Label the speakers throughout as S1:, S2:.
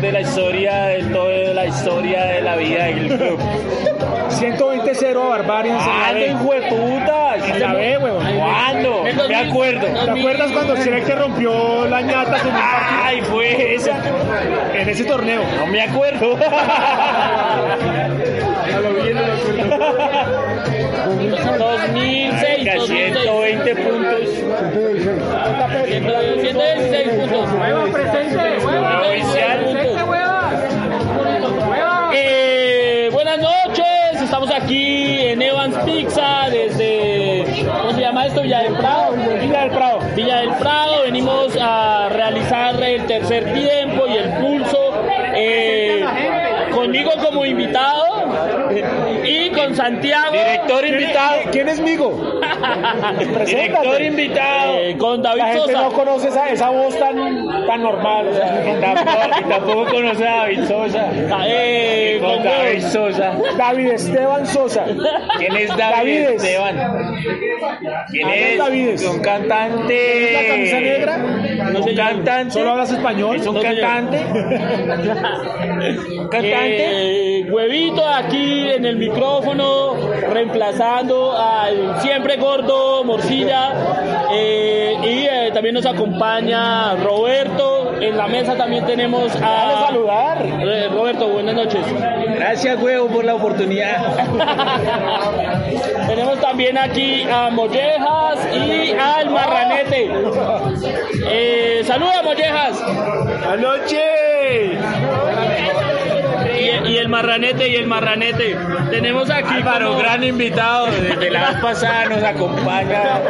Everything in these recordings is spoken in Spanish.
S1: de la historia, de toda la historia de la vida del club.
S2: 120-0 a Barbaria
S1: ¿Cuándo,
S2: en
S1: hijo Ah, de putas?
S2: la B, huevón.
S1: ¿Cuándo? Me acuerdo.
S2: ¿Te acuerdas cuando Shrek rompió la ñata con un partido?
S1: Ay, fue esa.
S2: en ese torneo?
S1: No me acuerdo. Marica,
S3: 2006,
S1: 120 puntos.
S3: 116 puntos.
S1: Oficial.
S3: Eh, buenas noches, estamos aquí en Evans Pizza desde, ¿cómo se llama esto? Villa del Prado. Villa del Prado. Villa del Prado, venimos a realizar el tercer tiempo y el pulso. eh, conmigo como invitado eh, y con Santiago.
S1: Director invitado.
S2: ¿Quién es Migo?
S1: Director invitado.
S3: eh, con David
S2: La gente
S3: Sosa.
S2: no conoce esa, esa voz tan, tan normal. o sea,
S1: Y tampoco, y tampoco conoce a David Sosa.
S3: Eh,
S1: Con
S3: con
S1: David
S3: huevos.
S1: Sosa.
S2: David Esteban Sosa.
S1: ¿Quién es David
S2: Davides.
S1: Esteban? ¿Quién
S2: Ángel
S1: es?
S2: Davides.
S1: Un cantante.
S2: ¿La camisa negra?
S1: un
S3: señor.
S1: cantante.
S2: ¿Solo hablas español?
S1: Es un
S3: No, señor.
S1: cantante. un cantante.
S3: Eh, huevito aquí en el micrófono, reemplazando al siempre gordo Morcilla. eh, y eh, también nos acompaña Roberto. En la mesa también tenemos
S2: Dale
S3: a.
S2: saludar.
S3: Eh, Roberto, buenas noches.
S1: Gracias, huevo, por la oportunidad.
S3: tenemos también aquí a Mollejas y al Marranete. Eh, saluda, Mollejas.
S2: ¡Anoche!
S3: Y, y el Marranete, y el Marranete. Tenemos aquí.
S1: Álvaro,
S3: como-
S1: gran invitado. Desde la vez pasada nos acompaña.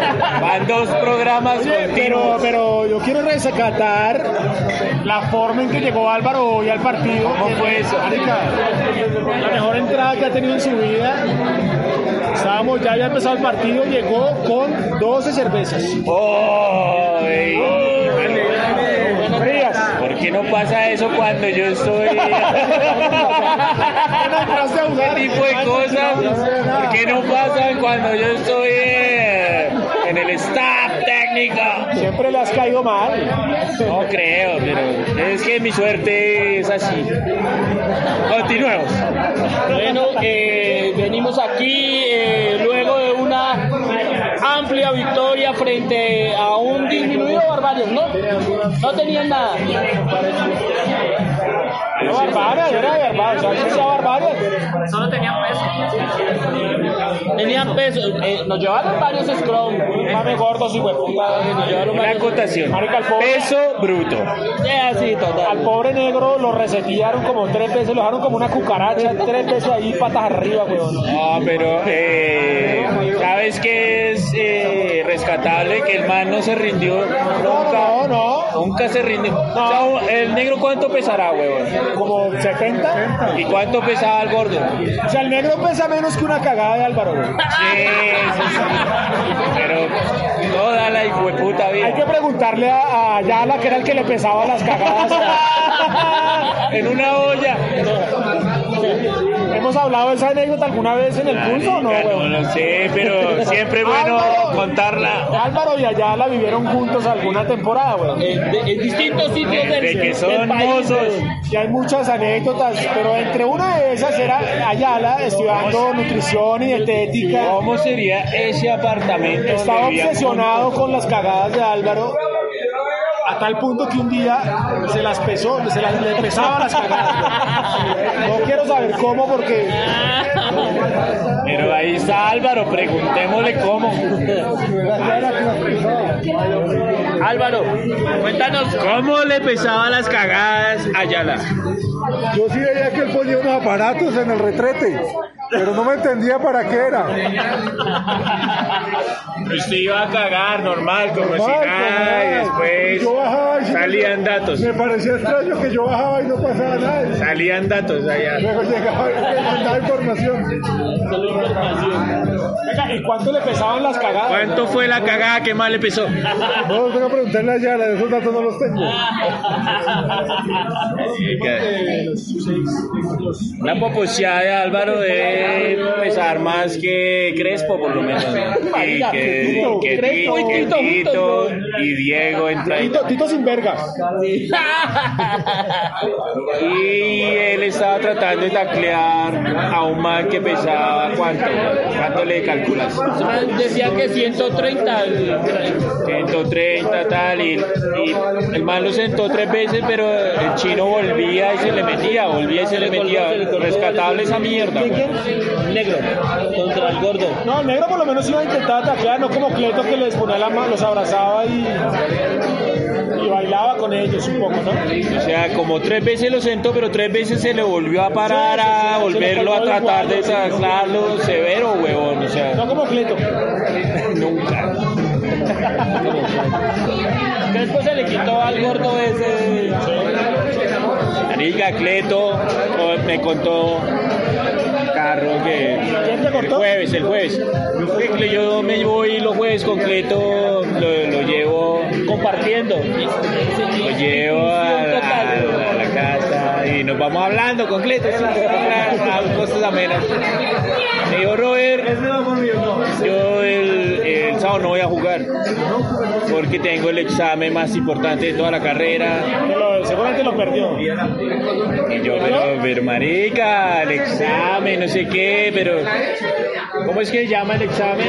S1: Van dos programas
S2: Pero,
S1: continuos.
S2: pero yo quiero rescatar la forma en que llegó Álvaro hoy al partido.
S1: ¿Cómo fue eso?
S2: Marica, La mejor entrada que ha tenido en su vida. Estábamos, ya había empezado el partido, llegó con 12 cervezas.
S1: Oh, ey.
S2: Frías.
S1: ¿Por qué no pasa eso cuando yo estoy?
S2: Entraste a jugar.
S1: Ese tipo de cosas ¿por qué no pasan cuando yo estoy eh, en el staff técnico.
S2: Siempre le has caído mal.
S1: No creo, pero es que mi suerte es así. Continuemos.
S3: Bueno, eh, venimos aquí eh, luego de una amplia victoria frente a un disminuido Barbarios, ¿no? No tenían nada.
S2: Era barbaria, era barbaria. O sea, esa barbaria.
S3: Solo tenían peso. Tenían peso. Eh, nos llevaron varios scrum.
S2: Mame gordos y hueputa.
S3: Nos llevaron
S1: Una
S3: varios.
S1: acotación.
S2: Marica, el pobre-
S1: Peso bruto.
S3: Ya, sí,
S2: Al
S3: total.
S2: pobre negro lo resetearon como tres veces, lo dejaron como una cucaracha, tres veces ahí patas arriba, weón.
S1: No, pero eh, sabes que es eh, rescatable que el man no se rindió nunca.
S2: No, no,
S1: Nunca se rindió. O sea, el negro cuánto pesará, huevón.
S2: como 70.
S1: ¿Y cuánto pesaba el gordo?
S2: O sea, el negro pesa menos que una cagada de Álvaro, weón.
S1: Sí, sí, sí. Pero toda la hijueputa
S2: Hay que
S1: vida.
S2: preguntarle a, a Yala, que era el que le pesaba las cagadas.
S1: En una olla.
S2: ¿Hemos hablado de esa anécdota alguna vez en el pulso o no,
S1: Marica,
S2: weón?
S1: lo sé, pero siempre es bueno
S2: Álvaro.
S1: contarla.
S2: Álvaro y Ayala vivieron juntos alguna temporada, weón.
S3: En, Eh, de- en distintos sitios del,
S1: De que
S3: del
S1: son
S3: país,
S1: mozos.
S3: weón.
S2: Y hay muchas anécdotas, pero entre una de esas era Ayala estudiando nutrición y dietética.
S1: ¿Cómo sería ese apartamento? donde
S2: Estaba
S1: vivían
S2: obsesionado con las cagadas de Álvaro. A tal punto que un día se las pesó, se las le pesaba las cagadas. No quiero saber cómo porque
S1: juntos? Pero ahí está Álvaro, preguntémosle cómo.
S3: Álvaro, cuéntanos.
S1: ¿Cómo le pesaba las cagadas a Ayala?
S4: Yo sí veía que él ponía unos aparatos en el retrete, pero no me entendía para qué era.
S1: Usted iba a cagar normal, como
S2: pues,
S4: Normal,
S1: si nada, y
S4: normal.
S1: después
S4: Yo bajaba y siempre-
S1: salían datos.
S4: Me parecía extraño que yo bajaba y no pasaba nada.
S1: Salían datos allá.
S4: Luego llegaba y me mandaba información.
S2: Venga, ¿y cuánto le pesaban las cagadas?
S1: ¿Cuánto fue la cagada que más le pesó?
S4: No, tengo que preguntarle a Yara, esos datos no los tengo.
S1: Eh,
S2: Eh,
S1: La popochada de Álvaro debe pesar más que Crespo, por lo menos. ¿no? Y que, que,
S3: Crespo y
S1: que
S3: Tito
S1: Tito
S3: juntos,
S1: y Diego entran.
S2: Tito, Tito sin vergas.
S1: Y él estaba tratando de taclear a un man que pesaba cuánto. ¿Cuánto le calculas?
S3: Decía que eh, 130. el-
S1: 130 tal y, y el man lo sentó tres veces pero el chino volvía y se le metía, volvía y se le metía, rescatable esa mierda. güey.
S5: Negro contra el gordo.
S2: No, el negro por lo menos iba a intentar atacar, no como Cleto que les ponía la mano, los abrazaba y, y bailaba con ellos un poco, ¿no?
S1: O sea, como tres veces lo sentó, pero tres veces se le volvió a parar a volverlo a tratar de sacarlo severo, huevón. O sea,
S2: No como Cleto.
S1: nunca.
S3: Crespo se le quitó al gordo ese.
S1: Ariga Cleto oh, me contó Carlos que
S2: ¿Quién te
S1: el
S2: contó?
S1: jueves, el jueves. Que Yo me voy los jueves con Cleto, lo, lo llevo compartiendo. Lo llevo a la, a la casa y nos vamos hablando con Cleto. sí, hablamos Cosas amenas. Me dijo Robert, yo el, el sábado no voy a jugar porque tengo el examen más importante de toda la carrera.
S2: Que lo- seguramente lo perdió.
S1: Y yo, pero, pero marica, el examen, no sé qué, pero... ¿Cómo es que se llama el examen?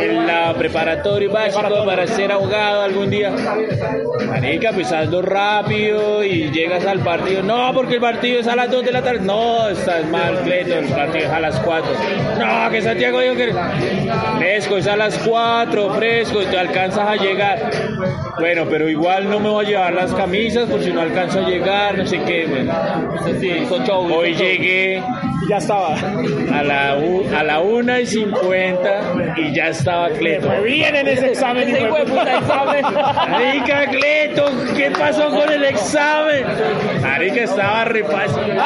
S1: El la preparatorio básico para ser abogado algún día. Marica, pues hazlo rápido y llegas al partido. No, porque el partido es a las 2 de la tarde. No, estás mal, Cleto, el partido es a las 4. No, que Santiago dijo que... Fresco, es a las 4, fresco, te alcanzas a llegar. Bueno, pero igual no me voy a llevar las camisas por si no alcanzo a llegar, no sé qué. Bueno. Hoy llegué
S2: Y ya estaba.
S1: a la, u- a la 1 y 50 y ya estaba Cleto.
S2: Fue bien en ese examen.
S3: Ese
S2: hijo
S3: hijo de puta examen.
S1: Arica Cleto, ¿qué pasó con el examen? Arica estaba repasando.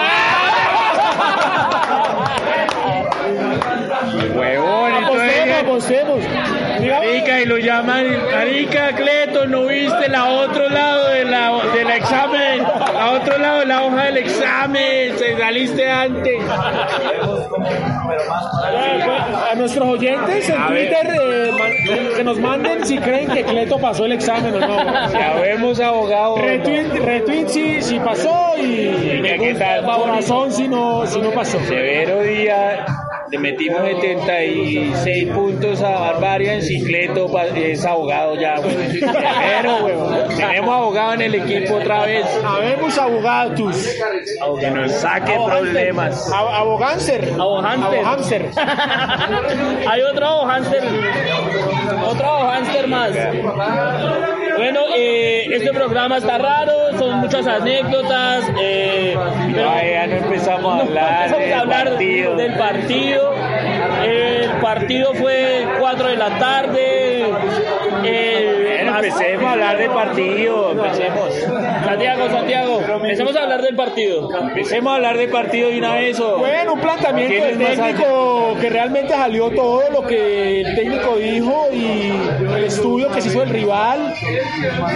S1: Huevón,
S2: Ah, pues,
S1: entonces-
S2: Apostemos, Digamos,
S1: Arica y lo llaman Arica Cleto, ¿no viste la otro lado de la, del examen? A otro lado de la hoja del examen, se saliste antes.
S2: a nuestros oyentes en
S1: A ver.
S2: Twitter eh, man- que nos manden si creen que Cleto pasó el examen o no.
S1: Ya vemos abogado.
S2: Retweet, retweet si, si pasó y
S1: Mira, ¿qué tal?
S2: corazón si no, si no pasó.
S1: Severo día. Le metimos 76 puntos a Barbaria en cicleto, pa- es abogado ya, güey. Severo, güey. Tenemos abogado en el equipo otra vez.
S2: Habemos abogados.
S1: Que nos saque problemas.
S2: Ab- Abogáncer.
S3: Abohanser.
S2: Abohanser.
S3: Hay otro Hanster. Otro Hanster más. Bueno, eh, este programa está raro, son muchas anécdotas. eh, pero-
S1: Ay, ya no empezamos a hablar,
S3: Vamos
S1: del
S3: a hablar
S1: partido.
S3: del partido. El partido fue 4 de la tarde. El-
S1: Bueno, pues, empecemos a hablar del partido, empecemos.
S3: Santiago, Santiago, empecemos a hablar del partido.
S1: Empecemos a hablar de partido de una vez o...
S2: Bueno, un planteamiento del
S1: ¿Quién es más
S2: técnico que realmente salió todo lo que el técnico dijo y el estudio que se hizo del rival,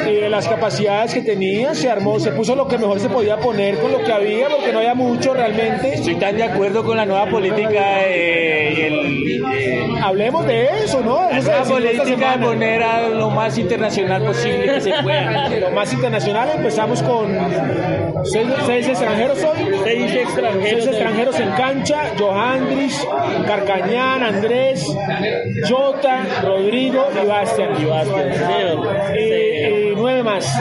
S2: eh, las capacidades que tenía, se armó, se puso lo que mejor se podía poner con lo que había, porque no había mucho realmente.
S1: Estoy tan de acuerdo con la nueva política eh, y el... eh,
S2: Hablemos de eso, ¿no?
S1: la
S2: Eso se
S1: nueva
S2: decidió esta
S1: política de
S2: semana.
S1: poner a lo más internacional posible que se pueda.
S2: Lo más internacional empezamos con seis, seis extranjeros hoy.
S3: Seis extranjeros.
S2: Seis extranjeros en cancha, Johandris, Carcañán, Andrés, Jota, Rodrigo y Bastian. Y, y nueve más.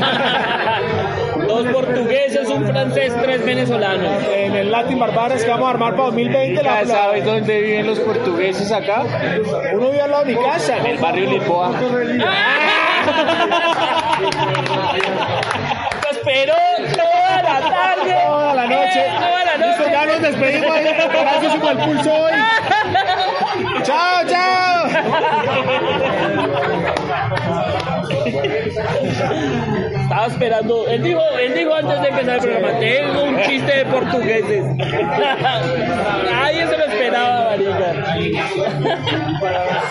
S3: Dos portugueses, un francés, tres venezolanos.
S2: En el Latin Barbares que vamos a armar para 2020, la-
S1: Ya
S2: la-
S1: sabes dónde viven los portugueses acá,
S2: uno vive al lado de mi casa.
S1: en el barrio Lipoa.
S3: Lo esperó toda la tarde.
S2: Toda la noche.
S3: Eh, Toda la
S2: Listo,
S3: noche.
S2: ya nos despedimos. Gracias por el pulso hoy. Chao, chao.
S3: Estaba esperando. Él dijo, él dijo antes de empezar el programa, tengo un chiste de portugueses. Nadie se lo esperaba, marica.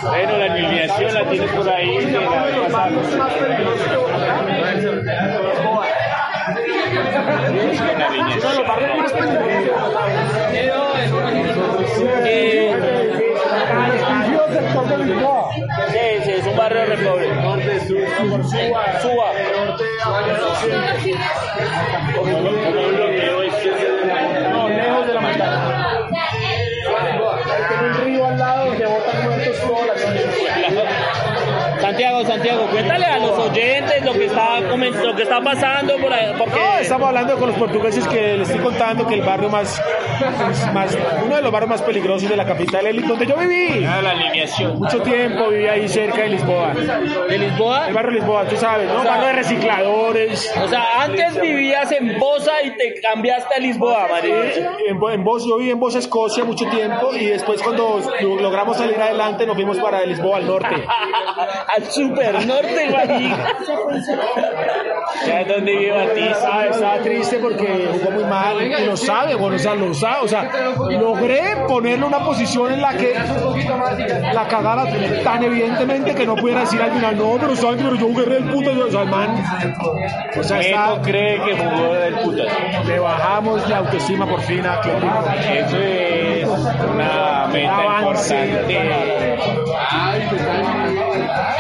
S1: Bueno, la alineación la tienes por ahí.
S3: todos los barrios más peligrosos. Eh,
S4: Prestigioso sector de Lisboa.
S3: sí, sí, es un barrio re pobre. Suba. No, lejos de la maldad.
S2: Tiene un río al lado donde botan muertos todas las
S3: Santiago, Santiago, cuéntale a los oyentes lo que está, comen- lo que está pasando por ahí, porque
S2: No, estamos hablando con los portugueses que les estoy contando que el barrio más, más uno de los barrios más peligrosos de la capital es donde yo viví.
S3: Ah, la alineación
S2: Mucho tiempo viví ahí cerca de Lisboa.
S3: de Lisboa.
S2: El barrio de Lisboa, tú sabes, ¿no? Barrio de recicladores.
S3: O sea, antes vivías en Bosa y te cambiaste a Lisboa, María.
S2: En, Bo- en Bos- yo viví en Bosa, Escocia, mucho tiempo y después cuando lo- logramos salir adelante nos fuimos para Lisboa al norte.
S3: Al super norte, marica.
S1: ¿Sabes dónde vive Batista?
S2: Ah, estaba triste porque jugó muy mal y lo sabe, bueno, o sea, lo sabe, o sea, logré ponerle una posición en la que la cagara tan evidentemente que no pudiera decir al final, no, pero saben, pero yo jugué el puto, o sea, el man, o sea,
S1: Neto
S2: está-
S1: cree que jugó del putas.
S2: le bajamos la autoestima por fin a Clorino.
S1: Eso es una meta
S2: Avance.
S1: importante.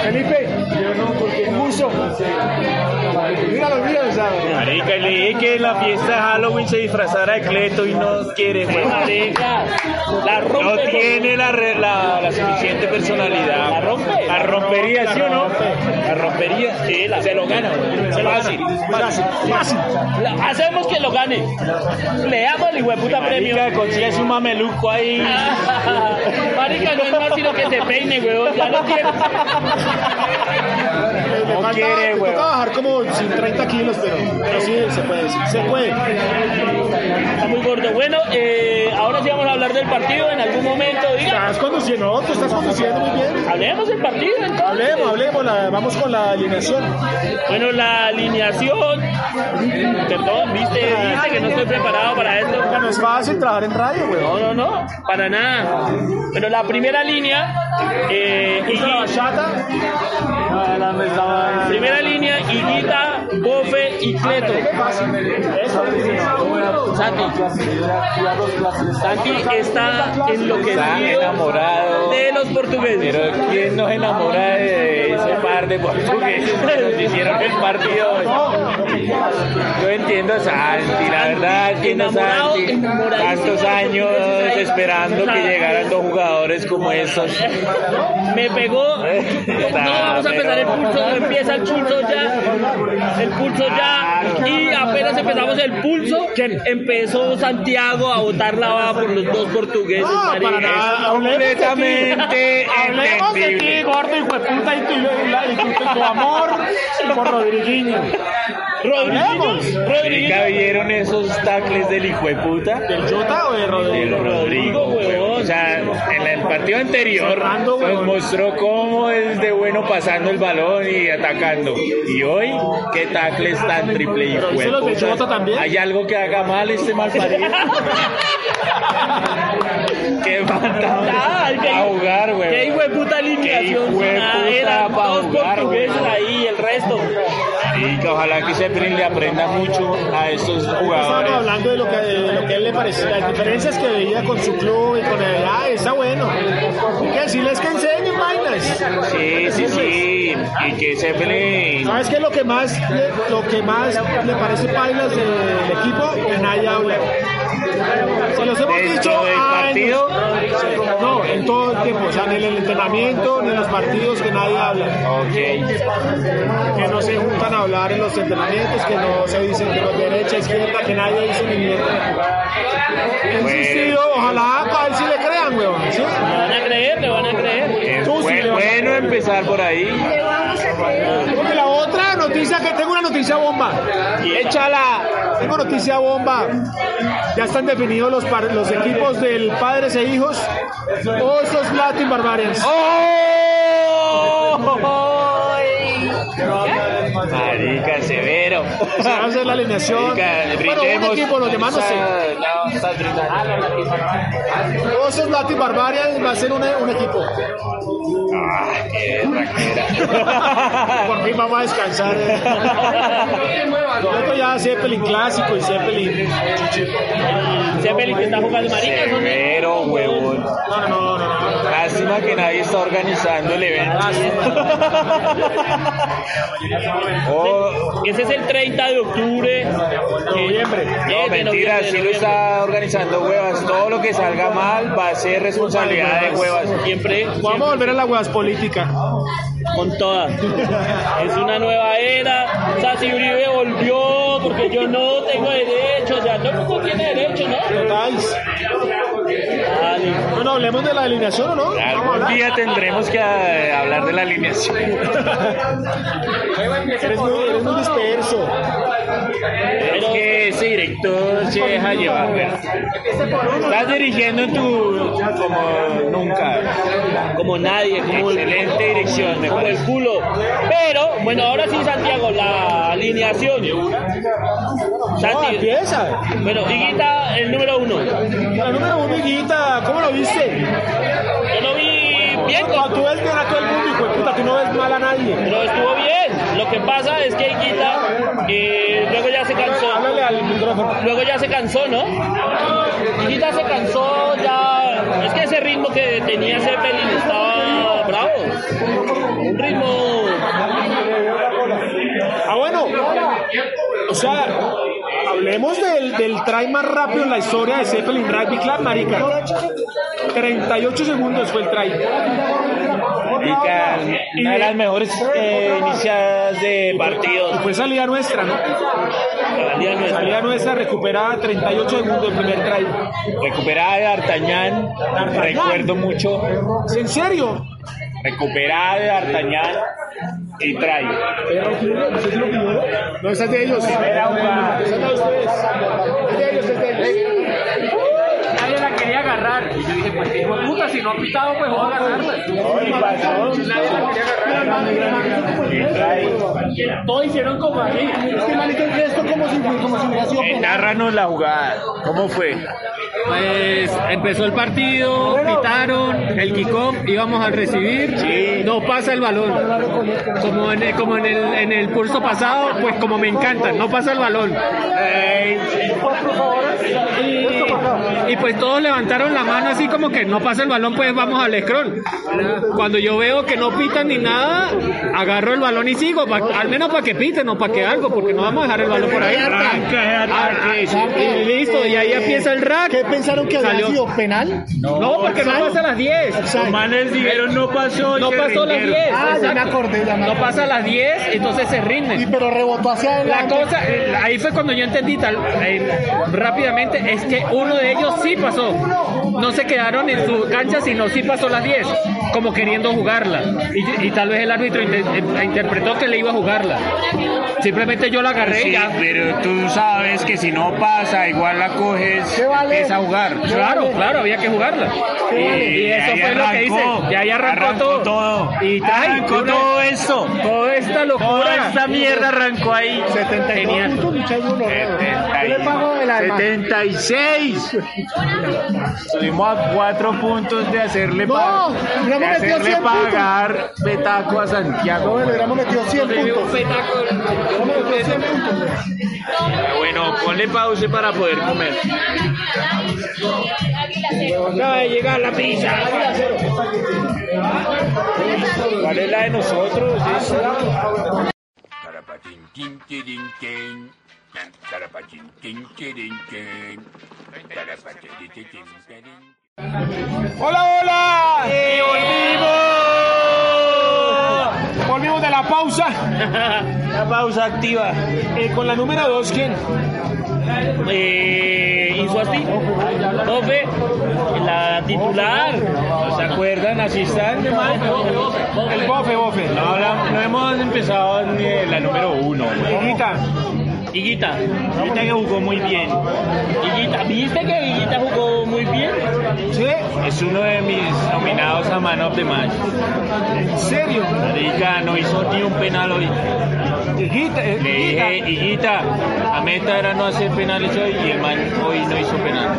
S2: Felipe, yo no, porque mucho. Míralo, míralo, o sea,
S1: Marica, le dije que en la fiesta de Halloween se disfrazara de Cleto y no quiere, güey.
S3: Marica, la rompe.
S1: No
S3: con-
S1: tiene la, re- la, la suficiente personalidad.
S3: La rompe.
S1: La rompería, ¿sí o no? La rompería.
S3: Sí, la-
S1: Se lo gana, güey. Se lo hace.
S2: fácil, fácil.
S3: La- hacemos que lo gane. Le damos el hueputa premio.
S1: Marica, consigues un mameluco ahí.
S3: Marica, no es más sino que te peine, weón. Ya lo tienes.
S2: Me falta-
S1: quiere,
S2: me
S1: güey.
S2: toca bajar como sin 30 kilos, pero, pero sí, se puede, se puede.
S3: Está muy gordo. Bueno, eh, ahora sí vamos a hablar del partido en algún momento. Diga,
S2: Estás conduciendo, no, tú estás conduciendo muy bien.
S3: hablemos del partido entonces.
S2: Hablemos, hablemos, la- vamos con la alineación.
S3: Bueno, la alineación. Perdón, viste, viste que no estoy preparado para esto.
S2: Ya no es fácil trabajar en radio, güey.
S3: No, no, no, para nada. Pero la primera línea, eh,
S2: La
S3: Higui-
S2: bachata,
S3: primera línea, Higuita, Bofe y Cleto. Santi, Santi está
S1: Está
S3: enloquecido
S1: enamorado.
S3: de los portugueses.
S1: Pero ¿quién nos enamora de ese par de portugueses que nos hicieron el partido? Yo entiendo a Santi, la verdad, entiendo a
S3: Enamorado,
S1: Santi.
S3: enamoradísimo.
S1: Tantos años esperando que llegaran dos jugadores como esos.
S3: Me pegó.
S1: Eh, Está,
S3: no, vamos a empezar el
S1: pero-
S3: pulso. Empieza el pulso ya. El pulso ya. Y apenas empezamos el pulso, empezó Santiago a botar la baba por los dos portugueses.
S2: No,
S3: marica.
S2: Ah, para nada.
S1: Completamente
S2: Hablemos de ti,
S1: entendible.
S2: gordo, hijo de puta, y tu, y la- y tu- tu amor y por Rodriguinho.
S3: Rodrigo.
S2: Hablemos.
S3: Rodrigo.
S1: Marica, ¿vieron esos tacles del hijo de puta?
S2: ¿Del Jota o de
S1: El
S2: Rodrigo?
S1: Rodrigo, huevón. O sea, en el partido anterior
S2: Cerrando,
S1: nos
S2: huevón.
S1: mostró cómo es de bueno pasando el balón y atacando. Y hoy, qué tacles tan triple y
S2: Pero hizo los de Jota también.
S1: ¿Hay algo que haga mal este mal parido? qué
S3: Ah,
S1: fantasma.
S3: qué-
S1: A jugar, güey.
S3: Qué hijo de puta alineación.
S1: hijueputa
S3: Ah, Eran
S1: pa'
S3: dos
S1: jugar,
S3: portugueses
S1: huevón.
S3: ahí, el resto.
S1: Y que ojalá que Seprin le aprenda mucho a estos
S2: Estábamos
S1: jugadores.
S2: hablando de lo, que, de lo que a él le parecía, las diferencias que veía con su club y con el. Ah, está bueno. Que así les que enseñen vainas.
S1: Sí, sí, sí. Y que Seprin
S2: ¿Sabes qué? Lo que más le, lo que más le parece pailas del equipo, que nadie habla. Se los hemos
S1: Dentro
S2: dicho
S1: del
S2: años.
S1: partido.
S2: No, en todo el tiempo. O sea, ni en el entrenamiento, ni en los partidos, que nadie habla.
S1: Ok.
S2: Que no se juntan a hablar en los entrenamientos, que no se dicen que los derecha, izquierda, que nadie dice ni mierda. He
S1: Bueno.
S2: insistido, ojalá para él sí le crean, weón. ¿sí?
S3: Me van a creer, me van a creer.
S1: Es
S2: Tú sí
S1: buen-
S2: le vas a
S1: Eh, bueno empezar por ahí.
S2: Porque la otra noticia que tengo una noticia bomba. Échala. Tengo noticia bomba. Ya están definidos los, par- los equipos del padres e hijos. Osos Latin Barbarians.
S1: ¡Oh! Marica, severo.
S2: se va a hacer la alineación.
S1: Marica,
S2: Bueno, un
S1: brindemos.
S2: equipo, los demás no sé. Todos esos Latin Barbarians va a ser un, un equipo. Por fin vamos a descansar. Nosotros ya Zeppelin clásico y Zeppelin.
S3: Zeppelin que está jugando marica. son-
S1: Severo, huevón.
S2: No, no, no, no. no.
S1: Lástima que nadie está organizando el evento. Oh,
S3: Ese es el 30 de octubre. Eh,
S2: Noviembre.
S1: no, mentira, sí lo está organizando huevas. Todo lo que salga mal va a ser responsabilidad de huevas.
S3: Siempre,
S2: Vamos a volver a la huevas política.
S3: con todas. Es una nueva era. Sassi Uribe volvió porque yo no tengo derecho. O sea, todo el mundo tiene derecho, ¿no?
S2: Totais.
S3: Dale.
S2: Bueno, hablemos de la alineación, ¿o no? Vamos a
S1: Algún
S2: hablar.
S1: día tendremos que eh, hablar de la alineación.
S2: Eres muy, eres muy disperso.
S1: Es que ese director se deja llevar, vea. Estás dirigiendo en tu. como nunca.
S3: Como nadie, como el-
S1: Excelente dirección, me
S3: como el
S1: parece.
S3: culo. Pero, bueno, ahora sí, Santiago, la alineación.
S2: No,
S3: Santi,
S2: Ah, empieza.
S3: bueno, Higuita, el número uno.
S2: La número uno, hijita, ¿cómo lo viste?
S3: Yo lo vi bien,
S2: No,
S3: con-
S2: tú ves bien a todo el mundo, hijo de puta, tú no ves mal a nadie.
S3: pero estuvo bien. Lo que pasa es que Higuita eh, luego ya se cansó.
S2: Háblale al micrófono.
S3: Luego ya se cansó, ¿no? Higuita se cansó ya. Es que ese ritmo que tenía Zeppelin estaba bravo. Un ritmo.
S2: Ah, bueno. O sea, hablemos del, del try más rápido en la historia de Zeppelin Rugby Club, marica. 38 segundos fue el try.
S1: Marica, Una de las mejores eh, iniciadas de
S2: Y
S1: partido.
S2: fue salida nuestra, ¿no?
S3: La liga nuestra.
S2: Salida nuestra recuperada 38 segundos el primer try.
S1: Recuperada de D'Artagnan, recuerdo mucho.
S2: ¿En serio?
S1: Recuperada de D'Artagnan y trae.
S2: No, esa es de ellos. Esa es de ustedes. Es de ellos, es de ellos.
S6: Nadie la quería agarrar. Y yo dije, pues qué hijo de puta, si no ha pitado, pues voy a agarrarla. Nadie la quería agarrar. Todos hicieron como aquí.
S1: Eh, Nárranos la jugada. ¿Cómo fue?
S6: Pues empezó el partido, pitaron, el kickoff, íbamos a recibir, no pasa el balón. Como en el, como en el, en el pulso pasado, pues como me encantan, no pasa el balón. Y, y pues todos levantaron la mano así como que no pasa el balón, pues vamos al scroll. Cuando yo veo que no pitan ni nada, agarro el balón y sigo, pa- al menos para que piten o para que algo, porque no vamos a dejar el balón por ahí. Ah, ah, y listo, y ahí empieza el rack.
S7: ¿Qué pensaron que había
S6: Salió.
S7: sido penal?
S6: No, porque no pasa a las 10.
S7: Offside.
S1: Manes dijeron no pasó.
S6: No pasó a las 10.
S7: Ah, ya me
S6: exacto.
S7: acordé, ya me
S6: No
S7: acordé.
S6: pasa a las 10, entonces se
S7: Y
S6: rinden.
S7: pero rebotó hacia
S6: La
S7: adelante.
S6: cosa, eh, ahí fue cuando yo entendí tal, eh, rápidamente, es que uno de ellos sí pasó. No se quedaron en su cancha, sino sí pasó las 10, como queriendo jugarla. Y, y tal vez el árbitro inte- eh, interpretó que le iba a jugarla. Simplemente yo la agarré y
S1: Sí,
S6: ya.
S1: pero tú sabes que si no pasa, igual la coges,
S7: ¿Qué vale?
S1: empieza a jugar.
S6: Claro, claro, había que jugarla. Y, y eso
S1: Eh, ahí
S6: fue lo que hice.
S1: arrancó,
S6: Y ahí arrancó, todo. Y
S1: Y
S6: tal,
S1: arrancó
S6: una-
S1: todo eso.
S6: Toda esta
S1: Toda
S6: locura.
S1: esta mierda arrancó ahí.
S7: 72
S6: Genial.
S7: minutos, muchachos, uno,
S2: Este,
S7: Yo le pago el alma.
S1: 76. Estuvimos a cuatro puntos de hacerle,
S7: No,
S1: pa-
S7: hubiéramos
S1: de
S7: metido
S1: hacerle
S7: 100 puntos.
S1: pagar petaco a Santiago.
S7: No, le hubiéramos metido 100 puntos. Hubiéramos metido 100 puntos.
S1: Ah, Bueno, ponle pausa para poder comer.
S2: Acaba de llegar la pizza.
S1: ¿Cuál es la de nosotros?
S2: ¡Hola, hola! ¡Y volvimos! Volvimos de la pausa. La pausa activa. Eh, con la número 2, ¿quién?
S3: Eh, Insuasti, Tofe, la titular.
S1: ¿Se acuerdan? Así están de mal.
S2: El bofe, bofe.
S1: No, hablamos- no hemos empezado ni de la número uno. güey.
S2: Higuita.
S3: Higuita,
S1: Ahorita que jugó muy bien.
S3: Higuita, ¿viste que Higuita jugó muy bien?
S2: ¿Sí?
S1: Es uno de mis nominados a Man of the Match.
S2: ¿En serio?
S1: Marica no hizo ni un penal hoy.
S2: Higuita, eh,
S1: Le
S2: Higuita.
S1: dije, higuita, la meta era no hacer penales hoy y el man hoy no hizo penal.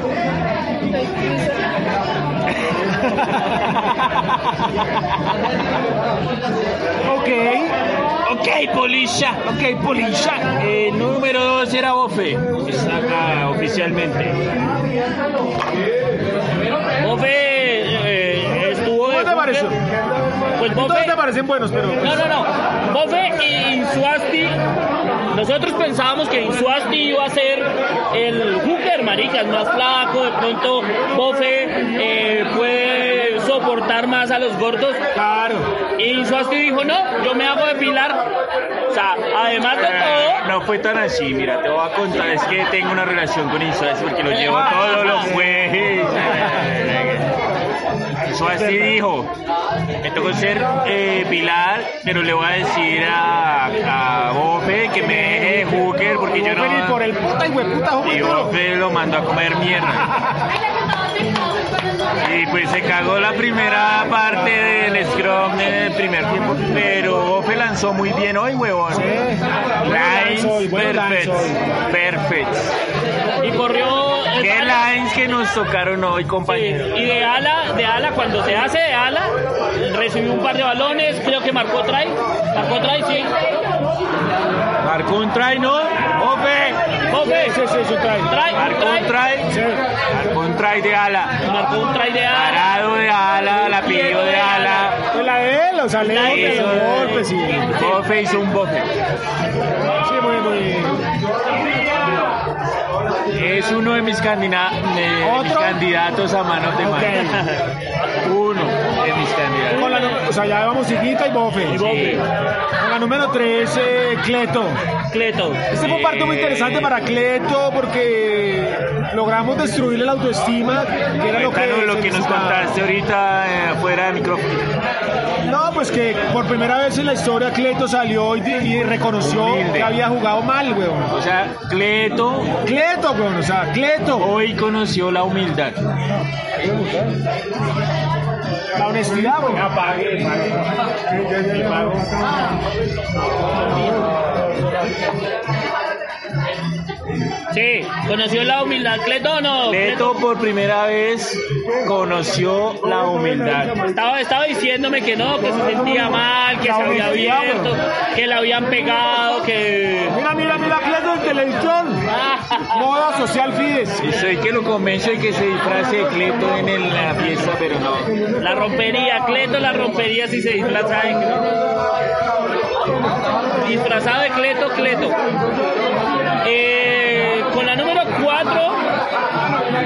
S1: ok, ok, polilla, ok, polilla. Eh, número dos era Ofe, que está acá oficialmente.
S3: Bofe eh, estuvo.
S6: ¿Cómo
S3: de
S6: te pareció?
S3: Pues
S6: Todos
S3: Bofe.
S6: te parecen buenos, pero.
S3: No, no, no. Bofe y Insuasti. Nosotros pensábamos que Insuasti iba a ser el hooker, maricas, más flaco. De pronto, Bofe eh, puede soportar más a los gordos.
S6: Claro.
S3: Y Insuasti dijo: No, yo me hago depilar. O sea, además
S6: Eh.
S3: de todo.
S1: No fue tan así, mira, te voy a contar, es que tengo una relación con Insuárez porque lo llevo todos los jueves. Eso así dijo, me tocó ser eh, Pilar, pero le voy a decir a, a Bofe que me deje de Hooker porque yo
S6: Venir
S1: no...
S6: por el puta y hueputa
S1: Y
S6: juego
S1: Bofe lo mandó a comer mierda. Y pues se cagó la primera parte del scrum del primer tiempo, pero Bofe lanzó muy bien hoy, huevón. Lines,
S2: lanzó hoy, bueno
S1: perfect,
S2: lanzó
S1: perfect.
S3: Y corrió. el
S1: Qué
S3: balón.
S1: lines que nos tocaron hoy,
S3: Sí,
S1: compañero.
S3: Eh, Y de ala, de ala, cuando se hace de ala, recibió un par de balones, creo que marcó try, marcó try, sí.
S1: Marcó un try, ¿no? Bofe.
S3: Bofe, sí, sí, try. Try,
S1: Marcó un try. Marcó un try de ala.
S3: Marcó un try de ala.
S1: Parado de ala, la pidió de ala.
S2: Fue Pues la de él, o sea, le
S1: Hizo
S2: hizo los
S1: de-
S2: golpes y...
S1: Bofe hizo un bofe.
S2: Sí, muy, muy...
S1: Es uno de mis, candida- de mis
S2: ¿Otro?
S1: candidatos a manos de mano. Uno de mis candidatos.
S2: Con la nu- o sea, ya vamos Higuita y Bofe.
S1: Sí.
S2: Con la número 3, Cleto.
S3: Cleto.
S2: Este fue un partido muy interesante para Cleto porque logramos destruirle la autoestima, que era lo que,
S1: Cuéntanos lo
S2: se
S1: que nos
S2: necesitaba.
S1: contaste ahorita eh, afuera de micrófono.
S2: No, pues que por primera vez en la historia Cleto salió y, y reconoció
S1: Humilde.
S2: que había jugado mal, weón.
S1: O sea, Cleto
S2: Cleto, weón, o sea, Cleto.
S1: hoy conoció la humildad.
S2: La honestidad, weón.
S3: Sí, conoció la humildad. Cleto o no.
S1: Cleto por primera vez conoció la humildad.
S3: Estaba, estaba diciéndome que no, que se sentía mal, que se había
S2: honestidad,
S3: abierto, que la habían pegado, que.
S2: Mira, mira, mira, Cleto del televisor. Moda social Fides.
S1: Y soy que lo convenzo de que se disfrace de Cleto en el- la fiesta, pero no.
S3: La rompería, Cleto la rompería si se disfraza de Disfrazado de Cleto, Cleto. Eh, con la número 4,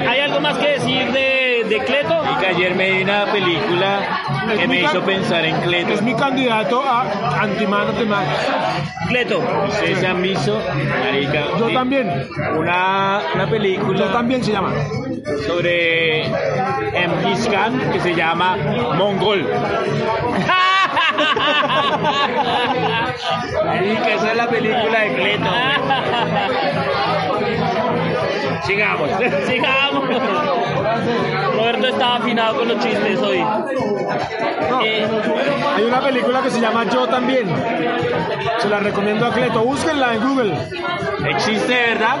S3: ¿hay algo más que decir de, de Cleto?
S1: Y que ayer me vi una película que me hizo pensar en Cleto.
S2: Es mi candidato a antimano de match.
S3: Cleto.
S1: Ustedes se han visto, marica,
S2: Yo
S1: sí,
S2: también.
S1: Una, una película
S2: Yo también se llama.
S1: sobre Genghis Khan que se llama Mongol. Marica, esa es la película de Cleto. Sigamos.
S3: Sigamos. Roberto estaba afinado con los chistes hoy. Eh,
S2: Hay una película que se llama Yo también. Se la recomiendo a Cleto. Búsquenla en Google.
S1: ¿Existe de verdad?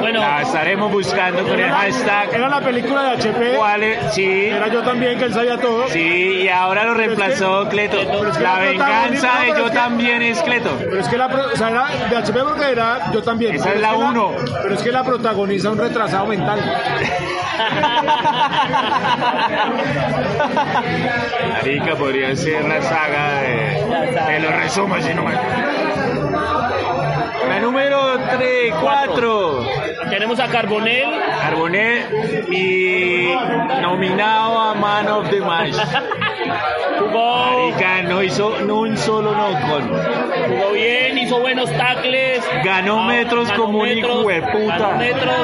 S3: bueno,
S1: La estaremos buscando con el hashtag.
S2: Era la película de HP.
S1: ¿Cuál es? Sí,
S2: Era yo también que él sabía todo.
S1: sí, y ahora lo reemplazó Cleto. La venganza de yo también es Cleto.
S2: Pero es que la, pro- o sea, era de HP porque era yo también.
S1: Esa es
S2: Pero
S1: la
S2: que
S1: uno.
S2: Pero es que la protagoniza un retrasado mental.
S1: Arica podría ser la saga de. Te lo resumo así nomás. La número 3, 4.
S3: tenemos a Carbonell.
S1: Carbonet y nominado a Man of the Match.
S3: Jugó,
S1: Arica no hizo no un solo knock-on.
S3: jugó bien, hizo buenos tackles.
S1: Ganó metros
S3: Ganó
S1: como un
S3: metros,
S1: hijo de puta.
S3: ganó metros.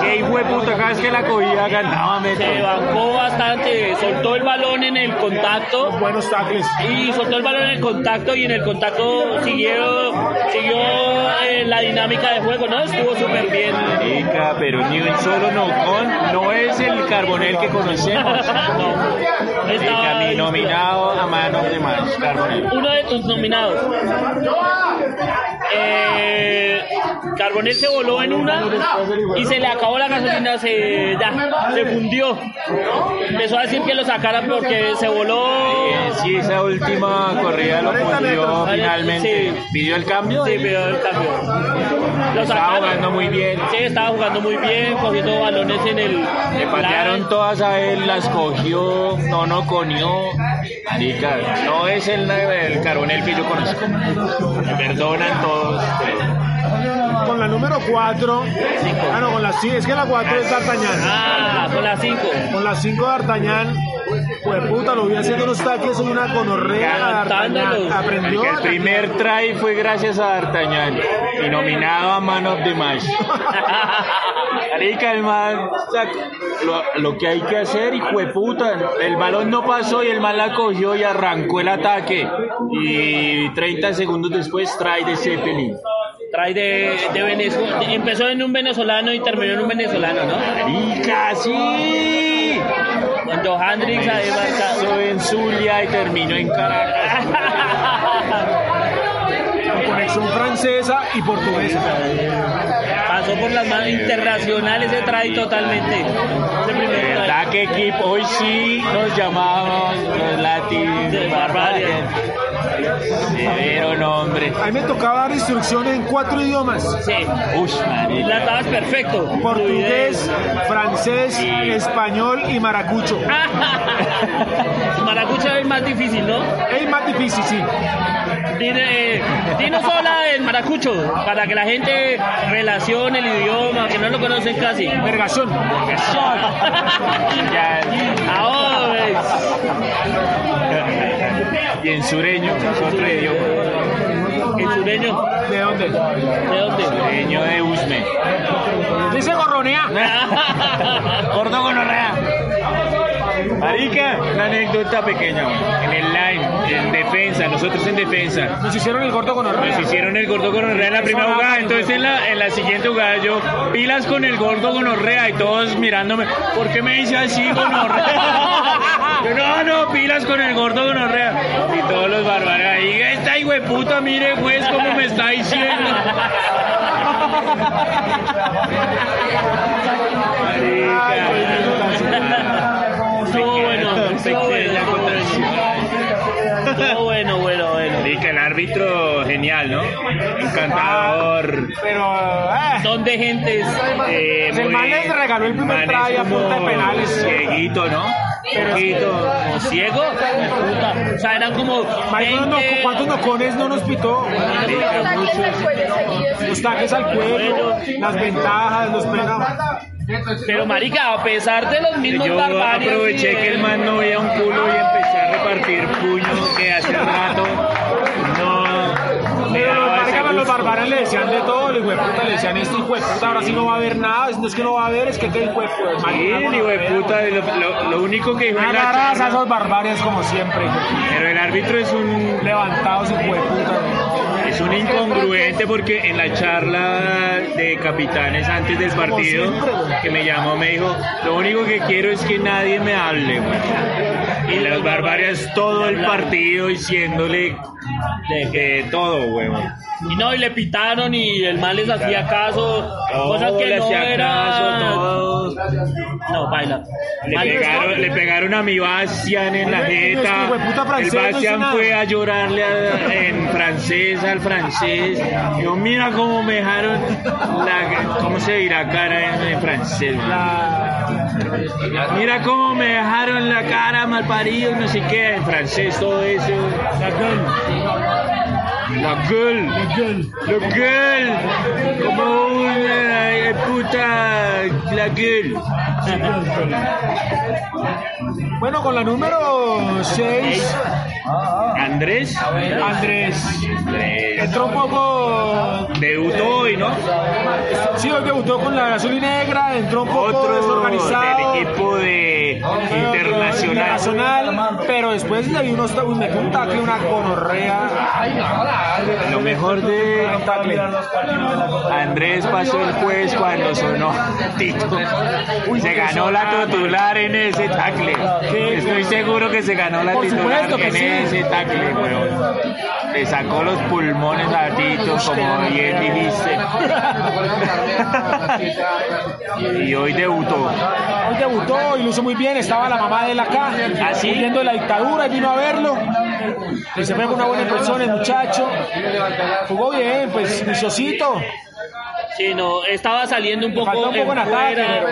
S6: Qué hijo de puta, cada vez que la cogía ganaba, meto.
S3: Se bancó bastante, soltó el balón en el contacto
S2: Buenos tackles.
S3: y soltó el balón en el contacto y en el contacto siguió, siguió eh, la dinámica de juego, ¿no? Estuvo súper bien.
S1: Marica, pero ni un solo nocón no es el carbonel que conocemos.
S3: no,
S1: El cami-
S3: estaba
S1: nominado a mano de más carbonel.
S3: uno de tus nominados. Eh, Carbonell se voló en una y se le acabó la gasolina, se, ya, se fundió. Empezó a decir que lo sacaran porque se voló.
S1: Sí, esa última corrida lo fundió finalmente.
S3: Sí.
S1: Pidió el cambio.
S3: Sí, pero el cambio. Lo
S1: Estaba
S3: sacaron.
S1: jugando muy bien.
S3: Sí, estaba jugando muy bien, cogiendo balones en el.
S1: Le patearon todas a él, las cogió, no no conió. Marica, no es el, el carbonel que yo conozco. Me perdonan todos, pero
S2: Con la número 4. Ah, no, con la 5. Es que la 4 es D'Artagnan.
S3: Ah, con las 5.
S2: Con la 5 D'Artagnan. Pues puta, lo vi haciendo unos taques en una conorrea a D'Artagnan.
S3: Cantándolos.
S1: el,
S2: Aprendió
S1: que
S2: a
S1: el primer try fue gracias a D'Artagnan y nominado a Man of the Match. Marica, el man, sac- lo, lo que hay que hacer, hijo de puta, el balón no pasó y el man la cogió y arrancó el ataque. Y 30 segundos después trae de Zeppelin.
S3: Trae de, de Venezuela. Empezó en un venezolano y terminó en un venezolano, ¿no?
S1: ¡Marica, sí!
S3: Con Johandrix además.
S1: Empezó en Zulia y terminó en Caracas.
S2: conexión francesa y portuguesa.
S3: Pasó por las manos internacionales, se trae totalmente. Ese primer
S1: De
S3: lugar.
S1: verdad que equipo, hoy sí nos llamaban los latinos.
S3: De barbarie.
S1: Severo nombre.
S2: A mí me tocaba dar instrucciones en cuatro idiomas.
S3: Sí,
S1: Uy, marica.
S3: la estabas perfecto.
S2: Portugués, francés, español y maracucho.
S3: Maracucha es más difícil, ¿no?
S2: Es más difícil, sí.
S3: Tiene, eh, dinos hola del maracucho, para que la gente relacione el idioma, que no lo conocen casi.
S2: Vergación.
S1: Ya,
S3: Ahora, eh,
S1: Y en sureño, que es otro idioma.
S3: el sureño,
S2: ¿De dónde?
S3: ¿de dónde?
S1: Sureño de Usme.
S2: Dice gorronea.
S1: Gordo gonorrea. Marica, una anécdota pequeña. güey. En el line, en defensa, nosotros en defensa.
S2: Nos hicieron el gordo con
S1: Nos
S2: horrores.
S1: hicieron el gordo gonorrea en la primera jugada, entonces en la, en la siguiente jugada yo pilas con el gordo gonorrea y todos mirándome, ¿por qué me dice así gonorrea? Yo, no, no, pilas con el gordo gonorrea. Y todos los barbares ahí, esta puta, mire juez cómo me está diciendo.
S3: Estuvo bueno, estuvo bueno, estuvo bueno. Estuvo bueno, bueno, bueno.
S1: Marica, el árbitro genial, ¿no? Encantador.
S2: Pero, eh,
S3: Son de gentes.
S1: Eh,
S2: El man
S1: muy-
S2: les regaló el primer
S1: man
S2: try
S1: es
S2: a punta de
S1: como
S2: penales.
S1: Cieguito, ¿no? Cieguito.
S3: ¿O ciego? Puta. O sea, eran como.
S2: Michael, no,
S3: 20,
S2: ¿cuántos nocones no nos pitó? Los taques al cuello, las ventajas, los pegados.
S3: Pero, marica, a pesar de los mismos eh.
S1: Yo
S3: barbarios.
S1: aproveché que el man no veía un culo y empecé a repartir puños que hace rato no me
S2: Pero los
S1: daba Ah, ese
S2: bárbaros, los
S1: gusto.
S2: barbaras le decían de todo, el hueputa le decían esto, hueputa, ahora sí no va a haber nada, no es que no va a haber, es que este qué hueputa.
S1: Sí, el hijo de puta, lo, lo- lo único que dijo en la
S2: Agarras a
S1: charla,
S2: esos barbarios como siempre,
S1: pero el árbitro es un
S2: levantados y hueputa.
S1: es un incongruente porque en la charla de capitanes antes del partido que me llamó me dijo lo único que quiero es que nadie me hable güey". y las barbarias todo el partido diciéndole eh, todo huevón
S3: Y no, y le pitaron y el mal les hacía caso. cosas que
S1: le
S3: no
S1: hacía
S3: era.
S1: caso, todo.
S3: No, baila.
S1: Le pegaron, le pegaron a mi Bastian en la
S2: Oye, es que
S1: jeta.
S2: hueputa
S1: El
S2: francés no hizo
S1: Bastian
S2: nada.
S1: fue a llorarle a- en francés al francés. Yo, mira cómo me dejaron la. ¿Cómo se dirá cara en, en francés? man? Mira cómo me dejaron la cara mal parido, no sé qué. En francés todo eso. La gueule. La gueule. La gueule. Como un eh, puta Claguel.
S2: Bueno, con la número 6,
S1: Andrés.
S2: Andrés.
S1: Andrés.
S2: Entró un poco.
S1: Debutó hoy, ¿no?
S2: Sí, hoy debutó con la azul y negra, entró un poco
S1: Otro
S2: desorganizado. eh,
S1: del equipo de Internacional.
S2: Internacional, pero después le vi unos, un, un tackle, una gonorrea.
S1: Lo mejor de
S2: Un tackle.
S1: Andrés pasó el juez cuando sonó Tito. Se ganó la titular en ese tackle. Estoy seguro que se ganó la
S2: Por
S1: titular
S2: supuesto que
S1: en
S2: sí.
S1: ese tackle, weón. Le sacó los pulmones a Tito, como bien dijiste. Y hoy debutó.
S2: Hoy debutó y lo hizo muy bien, estaba la mamá de él acá,
S1: ¿sí?
S2: huyendo de la dictadura y vino a verlo. Y se fue con una buena persona, el muchacho. Jugó bien, pues, mi socito.
S3: Sí, no, estaba saliendo un poco,
S2: Faltó un poco
S3: en,
S2: en
S3: fuera,
S2: ataque,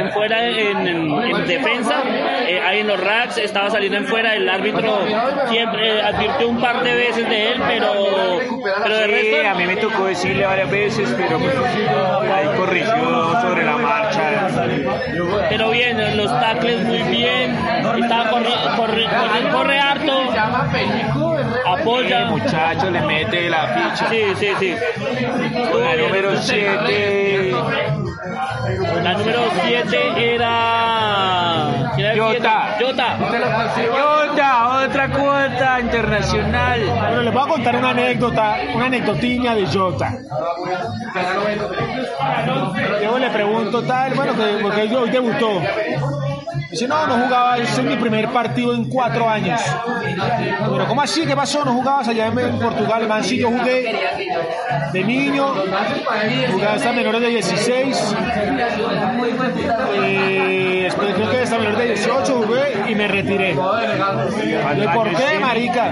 S3: en fuera en, en- en defensa, eh, ahí en los racks, estaba saliendo en fuera, el árbitro siempre eh, advirtió un par de veces de él, pero, pero de resto
S1: Sí, a mí me tocó decirle varias veces, pero pues, ahí corrigió sobre la marcha.
S3: Pero bien, los tackles muy bien. Está corre, corre, corre, corre harto.
S1: El
S3: Apoya.
S1: muchacho le mete la ficha.
S3: Sí, sí, sí.
S1: Con la número 7,
S3: La número 7 era. ¿quién era el siete?
S1: Jota.
S3: Jota.
S1: Jota, otra cuota internacional.
S2: Bueno, les voy a contar una anécdota, una anecdotiña de Jota. Yo le pregunto tal, bueno, que, porque él hoy debutó. Dice, no, no jugaba, ese es mi primer partido en cuatro años. Pero, ¿cómo así? ¿Qué pasó? ¿No jugabas allá en en Portugal? Man, sí, yo jugué de niño, jugaba hasta menores de 16. Y eh, después creo que hasta menores de 18 jugué y me retiré. ¿Y por qué, marica?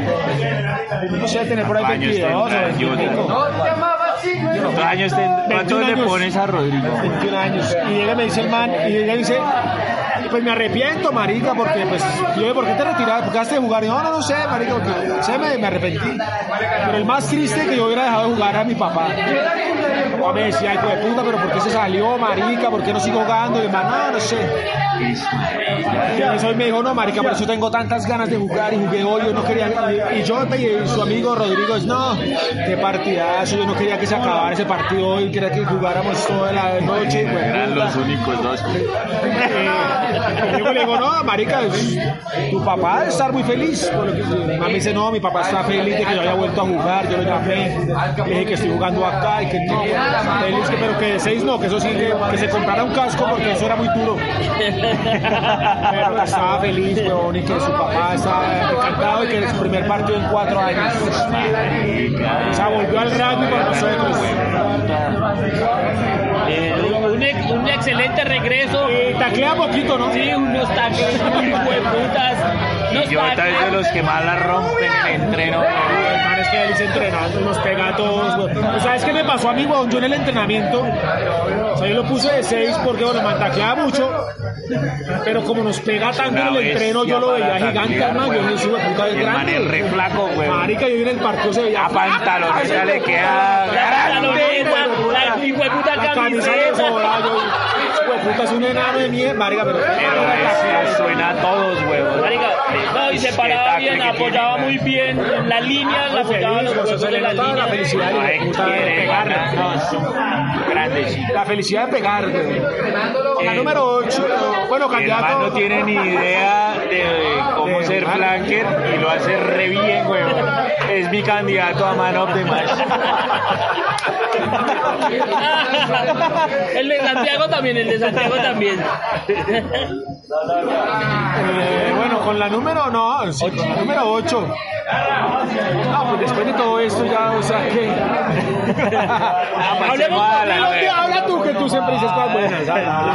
S2: No sé, tener por ahí
S1: Baños
S2: 22 o
S1: tendrá
S2: 25.
S1: ¿Cuántos años ten- ¿Cuántos
S2: 21
S1: le
S2: años.
S1: pones a Rodrigo?
S2: 21 años. Y ella me dice el man, y ella dice, pues me arrepiento, marica, porque pues, yo "Oye, ¿por qué te retiraste? ¿Por qué has de jugar? Y yo, no, no, no sé, marica, porque sé, me, me arrepentí. Pero el más triste que yo hubiera dejado de jugar a mi papá. Mi papá me decía, hijo de puta, pero ¿por qué se salió, marica? ¿Por qué no sigo jugando? Y el man, no, no sé. Y a mí hoy me dijo, no, marica, por eso tengo tantas ganas de jugar y jugué hoy, yo no quería... Y yo y su amigo Rodrigo, es, no, qué partidazo, yo no quería que se acabara ese partido hoy, quería que jugáramos toda la noche. Y
S1: Eran los únicos dos.
S2: yo le digo, no, marica, es- tu papá debe estar muy feliz. con lo que- Mami dice, no, mi papá está feliz de que yo haya vuelto a jugar, yo lo llamé, le dije que estoy jugando acá y que no, feliz, que- pero que de seis no, que eso sí, que, que se comprara un casco porque eso era muy duro.
S3: Eh,
S2: Pero que estaba feliz, weón, y que su papá estaba encantado y que era su primer partido en cuatro años. O sea, volvió al rugby con nosotros.
S3: Eh, un, ex- un excelente regreso.
S2: Taclea poquito, ¿no?
S3: Sí, unos tackles muy hueputas. Unos
S1: Jota es de
S3: tackles.
S1: los que más la rompen en el entreno.
S2: El man es que él se entrenando, nos pega a todos. güey. Pues, ¿Sabes qué me pasó a mí, weón? Yo en el entrenamiento, o sea, yo lo puse de 6 porque, bueno, me tacleaba mucho. Pero como nos pega tanto en
S1: Una
S2: el entreno, yo lo
S1: bestia
S2: veía
S1: para
S2: gigante,
S1: taclear,
S2: hermano. Yo
S1: weón.
S2: dije, "Ese hijo de puta es
S1: Y el man es
S2: grande.
S1: re flaco, weón.
S2: Marica, yo vi en el partido, se veía
S1: A pantaloneta le queda
S3: La
S1: grande,
S3: loneta, la hueputa
S2: La camisa de
S3: camiseta.
S2: sobrado, puta, es un enano de mierda, marica, pero...
S1: Pero eso suena a todos, weón.
S3: Marica, no, y se paraba bien, apoyaba muy bien la línea, la apoyaba los
S2: Feliz, o
S3: huevos
S2: sea, se
S3: de
S2: le
S3: la
S2: notaba la
S3: línea.
S2: felicidad
S1: No
S2: y
S1: eh,
S2: la puta de
S1: quiere
S2: pegar.
S1: ganar. No, sí. Grande, sí.
S2: La felicidad de pegar, güey. La
S1: Eh,
S2: número 8, bueno,
S1: El man no
S2: candidato...
S1: tiene ni idea de cómo
S2: De
S1: ser
S2: man.
S1: flanker y lo hace re bien, weón. Es mi candidato a Man of the Match.
S3: el de Santiago también, el de Santiago también.
S2: Eh, bueno, con la número no, sí, con la número 8. Ah, pues después de todo esto ya, o sea que.
S1: Ah, pues,
S3: Hablemos
S1: Guala,
S2: Habla,
S1: weón.
S2: habla tú que tú siempre dices cosas buenas. habla.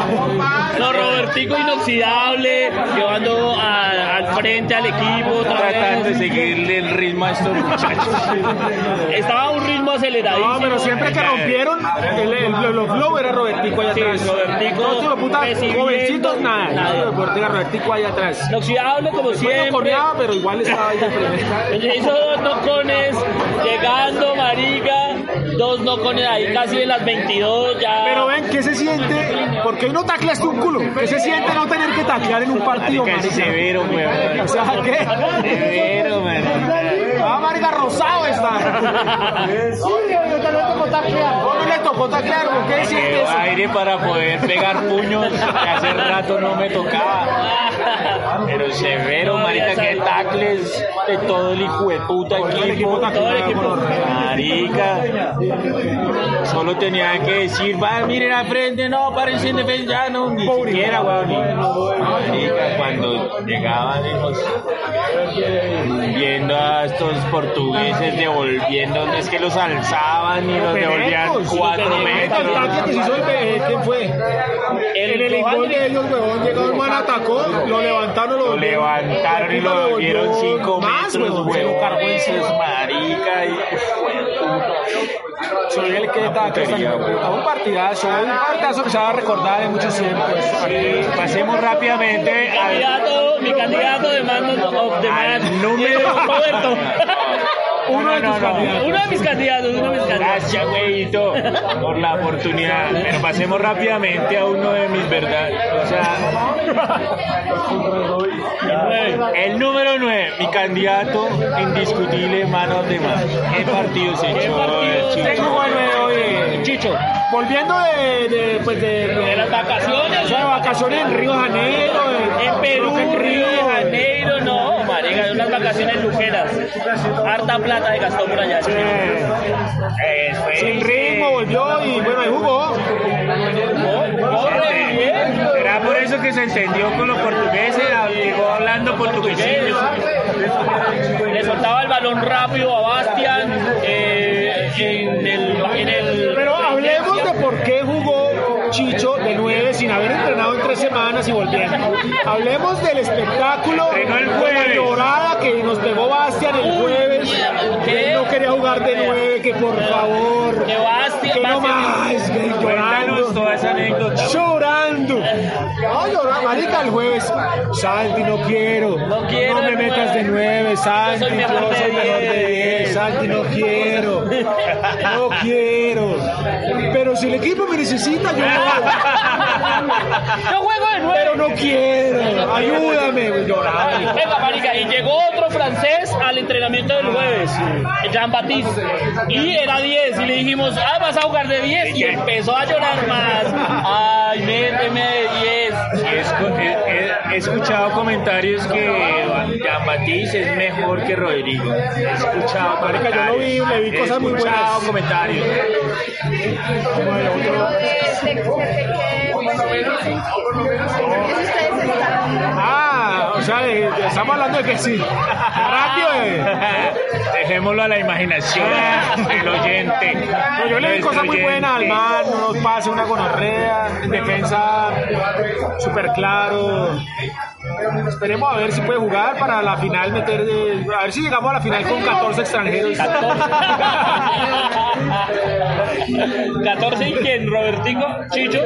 S3: No, Robertico inoxidable, llevando a- al frente al equipo otra
S1: Tratando de
S3: vez.
S1: seguirle el ritmo a estos muchachos.
S3: Estaba a un ritmo aceleradísimo.
S2: No, pero siempre que rompieron, el, el, el- los flow era Robertico allá
S3: Sí,
S2: atrás.
S3: Robertico pues,
S2: No, tío, puta,
S3: recibiendo
S2: jovencitos, nada.
S3: nada.
S2: Robertico, Robertico allá atrás.
S3: Inoxidable como
S2: Bueno,
S3: siempre.
S2: corneaba, pero igual estaba ahí de frente.
S3: Le hizo dos tocones, llegando, marica. dos no con ahí casi de las 22 ya.
S2: Pero ven, ¿qué se siente? Porque hoy no tacleas tu culo. ¿Qué se siente no tener que taclear en un partido,
S1: Marica, es
S2: marica?
S1: severo, weón.
S2: O sea, ¿qué?
S1: Severo, marica.
S2: Ah, marica, rosado está. ¿Cómo le tocó taclear? ¿Por qué
S1: Llevo
S2: sientes?
S1: aire para poder pegar puños que hace rato no me tocaba. Pero severo, marica, que tacles de todo el hijo de puta equipo.
S3: Todo el equipo.
S1: Marica. Solo tenía que decir, va, miren al frente, no, párense en defensa, ya no, ni siquiera, weón. ni- Marica, cuando llegaban ellos viendo a estos portugueses devolviendo, no es que los alzaban y los devolvían
S2: Penecos,
S1: cuatro
S2: El
S1: metros.
S2: tacle que se hizo el pe- eh, ¿quién fue? En el gol de ellos, huevón, llegó el man, atacó, lo levantaron, lo
S1: Lo levantaron y lo volvieron cinco
S2: Más,
S1: metros,
S2: huevón,
S1: huevo,
S2: sí.
S1: carbón, sus marica y
S2: Soy el que
S1: Una
S2: tacle.
S1: putería,
S2: está- Un partidazo, un partidazo que se va a recordar de muchos tiempos.
S1: Pasemos rápidamente al
S3: Candidato, mi candidato de Man of the
S1: Al
S3: Man.
S1: número-
S3: eh, Roberto.
S1: uno no, no, no.
S3: Uno de mis candidatos, uno de mis candidatos.
S1: Gracias, güeyito, por la oportunidad. Pero pasemos rápidamente a uno de mis verdades. O sea, el número 9, mi candidato indiscutible, manos de más. ¿Qué partido se echó?
S3: partido
S1: Chicho?
S3: se jugó el nueve
S2: hoy?
S3: Chicho.
S2: Volviendo de, de, pues de,
S3: De las vacaciones.
S2: de vacaciones en Río de Janeiro,
S3: En Perú, Río de Janeiro, no, marica, de unas vacaciones lujeras. Harta plata se gastó por allá.
S1: Eh, fue-
S2: sin ritmo, volvió y bueno, ahí jugó.
S3: Corre, bien.
S1: Será por eso que se entendió con los portugueses, llegó hablando portuguesillo.
S3: Le soltaba el balón rápido a Bastian eh, en el... En el
S2: Pero hablemos de por qué jugó Chicho de nueve sin haber entrenado en tres semanas y volviendo. Hablemos del espectáculo,
S1: Entrenó el
S2: de la
S1: jueves.
S2: llorada que nos pegó Bastian el jueves. que él no quería jugar de nueve, que por favor,
S3: Que Bastian...
S2: que no
S3: Bastian-
S2: más, que
S1: Cuéntanos
S2: llorando.
S1: toda esa anécdota.
S2: Llorando. No, llorando. Marica, el jueves. Santi, no quiero.
S3: No quiero
S2: No me
S3: de
S2: metas de nueve, Santi.
S3: Yo soy mejor de diez.
S2: diez, Santi, no quiero. No quiero. Pero si el equipo me necesita, yo voy.
S3: Yo juego de nuevo.
S2: Pero no quiero. Ayúdame. Llorando.
S3: Venga, marica, y llegó otro francés al entrenamiento del jueves, Jean Baptiste, y era 10, y le dijimos, ah, vas a jugar de 10, y empezó a llorar más, ay, méteme de 10,
S1: He, escu- he- eh, he- he escuchado comentarios que Gambatiz es mejor que Rodrigo. He escuchado comentarios.
S2: yo lo vi, le vi
S1: He
S2: cosas muy buenas.
S1: escuchado comentarios.
S2: Ah, o sea, eh, estamos hablando de que sí. Rápido, eh.
S1: Dejémoslo a la imaginación del oyente.
S2: No, yo le di cosas muy buenas al man, unos pases, una gonorrea, en defensa súper claro. Esperemos a ver si puede jugar para la final, meter de- a ver si llegamos a la final con 14 extranjeros.
S3: 14 y quién, Robertico, Chicho,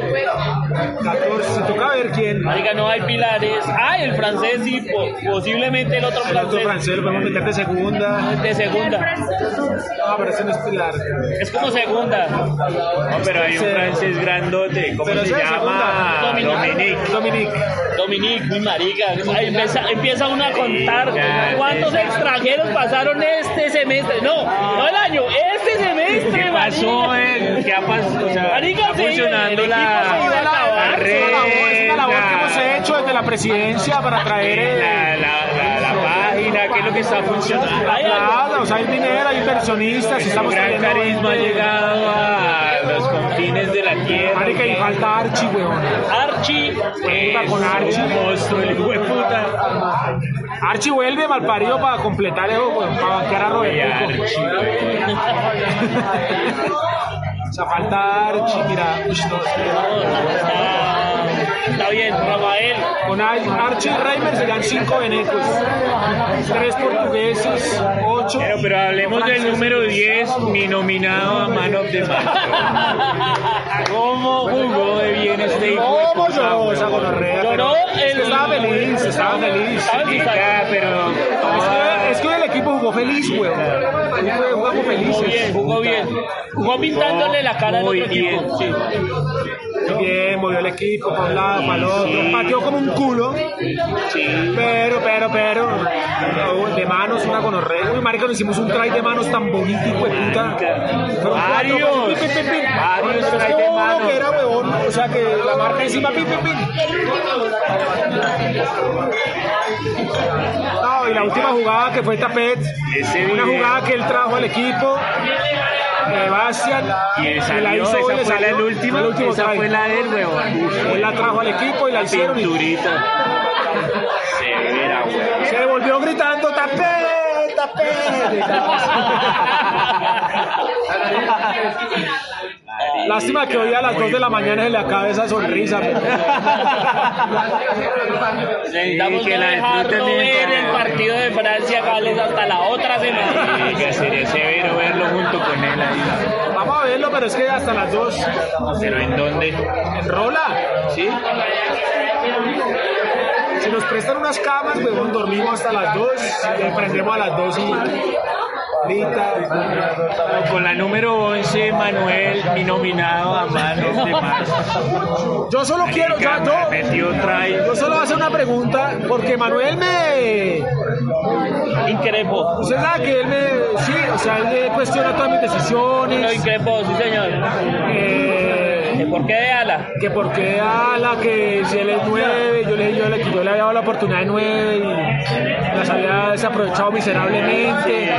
S2: 14, toca ver quién.
S3: marica, no hay pilares, ay, el francés y posiblemente el otro
S2: Otro
S3: francés
S2: francés lo podemos meter de segunda.
S3: de segunda,
S2: Ah, pero ese no es pilar.
S3: es como segunda,
S1: No, pero hay un francés grandote. ¿Cómo
S2: Pero
S1: se
S2: ese es
S1: llama?
S3: segundo.
S1: Dominique.
S2: Dominique.
S3: Dominique, mi marica, ay, empieza, empieza uno a contar
S1: ya,
S3: cuántos extranjeros pasaron este semestre. No, no el año, este semestre,
S1: ¿Qué pasó? eh? ¿Qué ha pasado? O sea,
S3: Marica,
S1: está
S3: sí, el
S1: funcionando
S3: equipo se iba a
S1: la...
S3: acabar,
S2: Es una labor- es una labor que hemos
S1: Arrenda.
S2: hecho desde la presidencia para traer eh,
S1: la, la- la- la página, qué es lo que está funcionando.
S3: Hay algo.
S2: plata, o sea, hay dinero, hay inversionistas,
S1: Su
S2: estamos
S1: gran
S2: trayendo
S1: carisma ha
S2: gente.
S1: llegado a los confines de la tierra.
S2: Marica, y falta Archie, weón.
S3: Archie,
S1: Eh,
S2: con
S1: es un
S2: Archie.
S1: monstruo, el hijo de puta.
S2: Archie vuelve mal parido para completar eso, weón, para banquear a
S1: Oye,
S2: Robertico.
S1: Archie, güey.
S2: O sea, falta Archie, mira. Uy, no,
S3: ah, Está bien, Rafael.
S2: Con Archie y Reimer serían cinco venecos, tres portugueses, ocho.
S1: Pero, pero hablemos del número 10, mi nominado a Man of the Match. ¿Cómo jugó de bien este hijo? de
S2: ¿Cómo
S1: puta,
S2: lloró esa
S1: huevón?
S2: gonorrea?
S3: Lloró el-
S2: Estaba feliz, estaba feliz.
S1: Sí, ya, pero...
S2: Es que- Es que el equipo jugó feliz, güey. Jugamos
S3: Jugó
S2: felices.
S3: bien, jugó bien. Jugó pintándole la cara al
S1: Muy
S3: otro equipo.
S1: bien.
S3: Sí.
S2: Bien, movió el equipo para un lado, para el otro. Pateó como un culo. Pero, pero, pero. no, De manos, una gonorrea. Uy, marica, nos hicimos un try de manos tan bonito, hijo de puta. Fueron cuatro
S1: Varios.
S2: pasos, pin, pin, pin, pin.
S1: Varios
S2: Es que
S1: try de
S2: hubo uno
S1: manos.
S2: que era huevón. O sea, que la marca encima, pin, pin, pin. No, y la última jugada que fue Tapet.
S1: Ese
S2: Una
S1: video.
S2: jugada que él trajo al equipo. Sebastián.
S1: Y le salió,
S2: la hizo,
S1: esa
S2: y le
S1: fue
S2: salió.
S1: la última,
S2: El último
S1: esa
S2: try.
S1: fue la del huevón.
S2: Él la trajo al equipo y la hicieron. y
S1: Pinturita. Severa, huevón.
S2: se volvió gritando, tapé, tapé. Lástima que hoy a las 2 de la mañana se le acabe esa sonrisa.
S3: Necesitamos
S1: que
S3: no
S1: la
S3: dejarlo
S1: disfruten
S3: ver
S1: bien.
S3: el partido de Francia Gales hasta la otra semana.
S1: Sí, que sería severo verlo junto con él ahí.
S2: Vamos a verlo, pero es que hasta las 2.
S1: Pero ¿en dónde?
S2: Rola, ¿sí? Si nos prestan unas camas, huevón, dormimos hasta las 2. Prendemos a las 2 y. Ahorita.
S1: Con la número 11, Manuel, mi nominado a manos de más.
S2: Yo solo quiero, ya, yo,
S1: Metió try.
S2: Yo solo voy a hacer una pregunta, porque Manuel me.
S3: Increpo.
S2: Usted sabe que él me. Sí, o sea, él me cuestiona todas mis
S3: Lo
S2: decisiones.
S3: increpo, sí señor.
S2: eh,
S3: ¿El ¿Por qué de ala?
S2: que por qué a la que si él es nueve, yo le, yo le, que yo le había dado la oportunidad de nueve y las había desaprovechado miserablemente.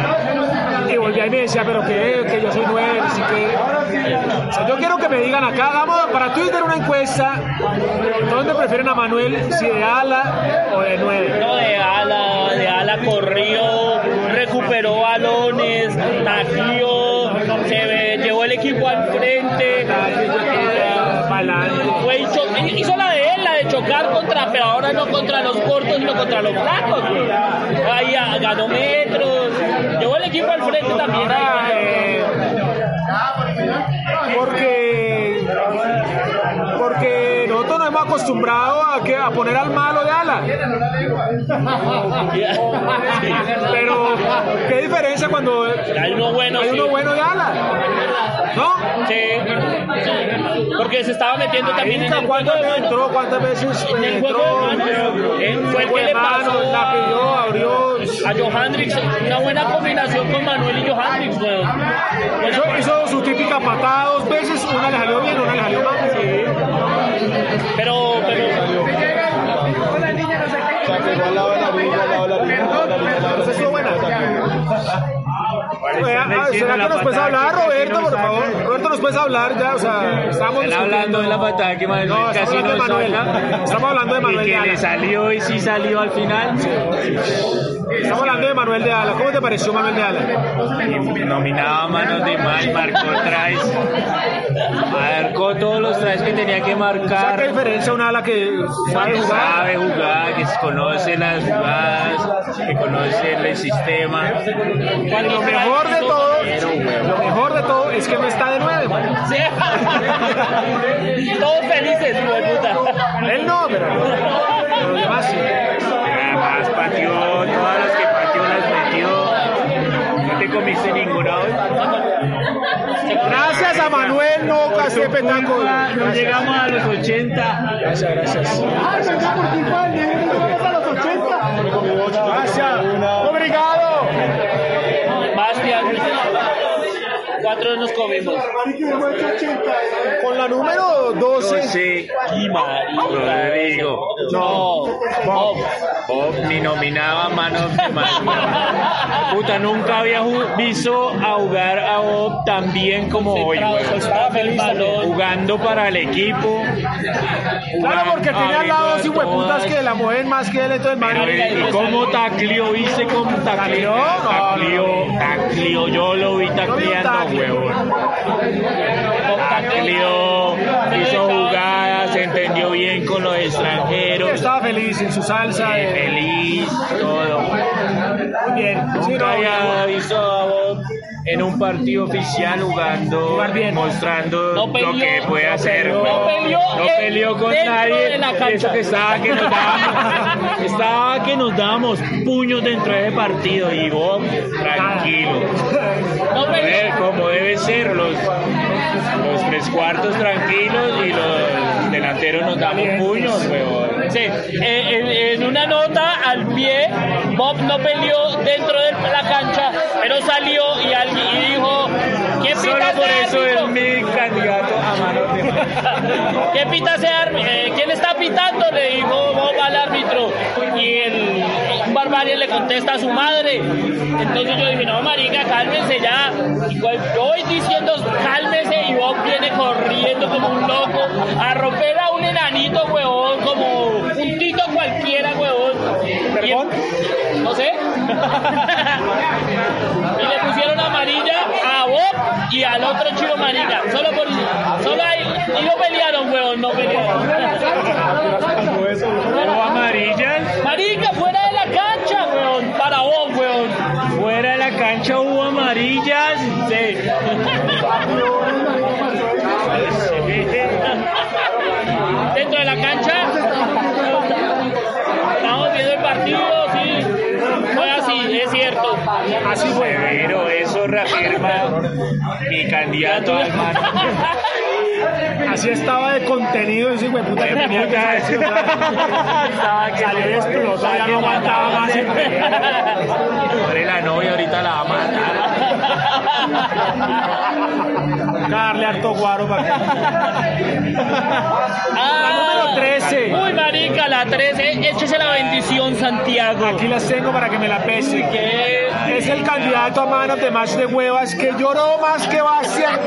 S2: Y volví ahí y me decía, pero que, que yo soy nueve, así que. O sea, yo quiero que me digan acá, vamos para Twitter una encuesta, ¿dónde prefieren a Manuel, si de ala o de nueve?
S3: No, de ala, de ala corrió, recuperó balones, tajió, se ve- llevó el equipo al frente.
S2: Balance.
S3: Fue y cho- hizo la de él, la de chocar contra, pero ahora no contra los cortos, sino contra los flacos. güey. Ahí ah, ganó metros, llevó el equipo al frente también. ah,
S2: Ahora,
S3: ahí.
S2: eh, porque porque nosotros nos hemos acostumbrado a que a poner al malo de ala pero qué diferencia cuando hay
S3: Hay uno bueno, sí.
S2: uno bueno de ala no
S3: Sí. Porque se estaba metiendo también en el juego
S2: cuántas
S3: de
S2: veces
S3: mano.
S2: entró cuántas veces
S3: En el juego
S2: entró
S3: de mano, eh, fue el que le
S2: mano,
S3: pasó
S2: la pidió
S3: a,
S2: abrió
S3: a Johandrix. Una buena combinación con Manuel y Johandrix, weón.
S2: Hizo,
S3: Bueno,
S2: hizo su típica patada dos veces, una le salió bien, una le salió mal.
S3: pero, pero
S2: Esa estuvo buena. Oye, ah, ¿Será que nos puedes hablar, Roberto, por favor? Roberto, ¿nos puedes hablar ya? O sea, estamos
S1: Están hablando de la patada que Manuel
S2: No, estamos
S1: casi
S2: hablando de
S1: no
S2: Manuel.
S1: saca.
S2: Estamos hablando de Manuel
S1: Y
S2: de
S1: que le
S2: Ala.
S1: salió y sí salió al final.
S2: Estamos hablando de Manuel de Ala. ¿Cómo te pareció Manuel de Ala?
S1: Nominado a manos de mal, marcó tries. Marcó todos los tries que tenía que
S2: ¿Qué
S1: marcar.
S2: diferencia una ala que sabe jugar?
S1: Sabe jugar, que conoce las jugadas, que conoce el sistema.
S2: Lo mejor de todo, lo mejor de todo es que no está de nueve. güey.
S3: sí. todos felices, hijo de puta.
S2: Él no, pero los demás sí.
S1: Además, pateó, todas las que pateó las metió. No te comiste ninguna hoy.
S2: Gracias a Manuel, no casé petaco.
S1: No llegamos a los 80.
S2: Gracias, gracias. Ah, venga por culpa del negro, llegamos a los 80. Gracias. Obrigado.
S3: Bastian, cuatro nos comimos.
S2: Con la número 12.
S1: José Rodrigo.
S3: No, Bob.
S1: Bob ni nominaba manos de mano. Puta, nunca había ju- visto a jugar a Bob tan bien como hoy.
S3: Centrado,
S1: weón.
S3: soltaba el balón.
S1: Jugando para el equipo.
S2: Claro, porque tiene al lado dos hueputas que la mueven más que él, entonces
S1: Pero,
S2: man.
S1: eh, ¿Y cómo tacleó? ¿Viste cómo tacleó? Tacleó, tacleó. Yo lo vi tacleando,
S2: tacle.
S1: huevón. Tacleó, hizo jugadas, se entendió bien con los extranjeros.
S2: Estaba feliz en su salsa.
S1: eh,
S2: eh,
S1: feliz, todo.
S2: Muy bien. Sí, no,
S1: Nunca había
S2: bueno.
S1: visto a Bob en un partido oficial jugando,
S2: Jugar bien.
S1: mostrando
S3: No peleó,
S1: lo que puede
S3: no
S1: hacer.
S3: peleó,
S1: weón.
S3: no peleó
S1: No
S3: en-
S1: peleó con
S3: dentro
S1: nadie.
S3: de la
S1: y
S3: cancha.
S1: Eso que estaba que nos dábamos, estaba que nos dábamos puños dentro de ese partido. Y Bob, tranquilo.
S3: No peleó.
S1: Eh, Como debe ser, los, los tres cuartos tranquilos y los delanteros nos damos puños, weón.
S3: Sí, eh, en, en una nota al pie, Bob no peleó dentro de la cancha, pero salió y alguien y dijo, ¿qué pita
S1: Solo
S3: ese
S1: por eso es
S3: árbitro?
S1: mi candidato a mano de obra.
S3: ¿Qué pita ese árbitro? ¿Quién está pitando? Le dijo Bob al árbitro. Y el un barbarie le contesta a su madre. Entonces yo dije, no, marica, cálmense ya. Y cual- yo voy diciendo, cálmese. Y Bob viene corriendo como un loco a romper a un enanito, huevón, como un tito cualquiera, huevón. Y-
S2: ¿Perdón?
S3: No sé. y le pusieron amarilla a Bob y al otro chivo amarilla. Solo por. Solo ahí. Y no pelearon, huevón, no pelearon.
S1: O amarillas.
S3: Marica, fuera de la cancha, huevón. Para Bob, huevón.
S1: Fuera de la cancha hubo amarillas. Sí.
S3: Dentro de la cancha. Estamos viendo el partido, sí. Fue así, es cierto.
S1: Así fue. Pero eso reafirma mi candidato al mano.
S2: Así estaba de contenido ese hijo de puta que tenía que haber sido, ¿sabes? Salió y explotó, ya no aguantaba más.
S1: Pobre la novia ahorita la va a matar.
S2: Darle harto guaro para que...
S3: Ah,
S2: número 13.
S3: Uy, marica, la 13. Échese la bendición, Santiago. Eh,
S2: Aquí las tengo para que me la pese. Es el candidato a mano de más de huevas que lloró más que Bastian.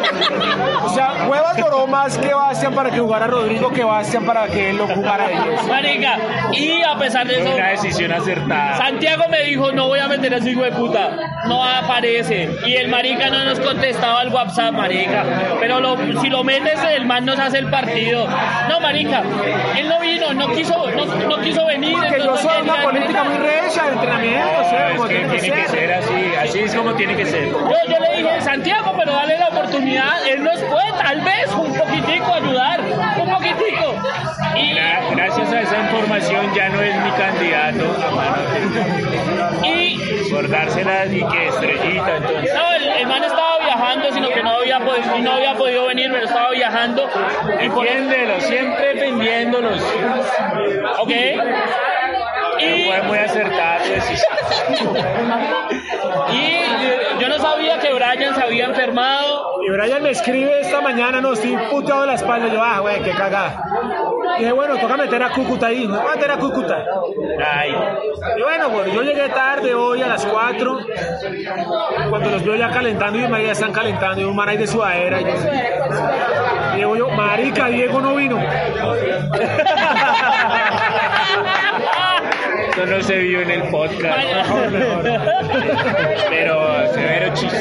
S2: O sea, huevas lloró más que Bastian para que jugara Rodrigo que Bastian para que él lo jugara a ellos.
S3: Marica, y a pesar de eso,
S1: Una decisión acertada.
S3: Santiago me dijo, no voy a meter a ese hijo de puta. No aparece. Y el marica no nos contestaba al WhatsApp, marica. Pero lo- si lo metes, el man nos hace el partido. No, marica, él no vino, no quiso, no, no quiso venir.
S2: Que yo
S3: entonces
S2: soy una
S3: no quería
S2: política muy
S3: entrenar.
S2: recha de entrenamiento, o sea,
S1: Es
S2: como
S1: Pues, que
S2: tiene que
S1: tiene que
S2: ser.
S1: ser así. Así es como tiene que ser.
S3: Yo, yo le dije, Santiago, pero dale la oportunidad. Él nos puede, tal vez, un poquitico ayudar. Un poquitico. Y,
S1: Gra- Gracias a esa información ya no es mi candidato a mano.
S3: y
S1: Por dárselas y que estrellita entonces.
S3: No, el, el man estaba viajando, sino que no había, pod- no había podido venir, pero estaba viajando. Y por eso-
S1: Defiéndelo, siempre defendiéndolos.
S3: ok. Y,
S1: Fue muy acertada
S2: pues,
S1: tu decisión.
S3: y yo no sabía que Brian se había enfermado.
S2: Y Brian me escribe esta mañana, no, estoy puteado de la espalda. Yo, ah, güey, qué cagada. Y dije, bueno, toca meter a Cúcuta ahí. No, voy a meter a Cúcuta.
S1: Ay,
S2: Y bueno, bueno, yo llegué tarde hoy a las 4. Cuando los veo ya calentando y María están calentando y un man ahí de sudadera. Y yo, y digo yo, marica, Diego no vino.
S1: eso no se vio en el podcast, pero severo chiste.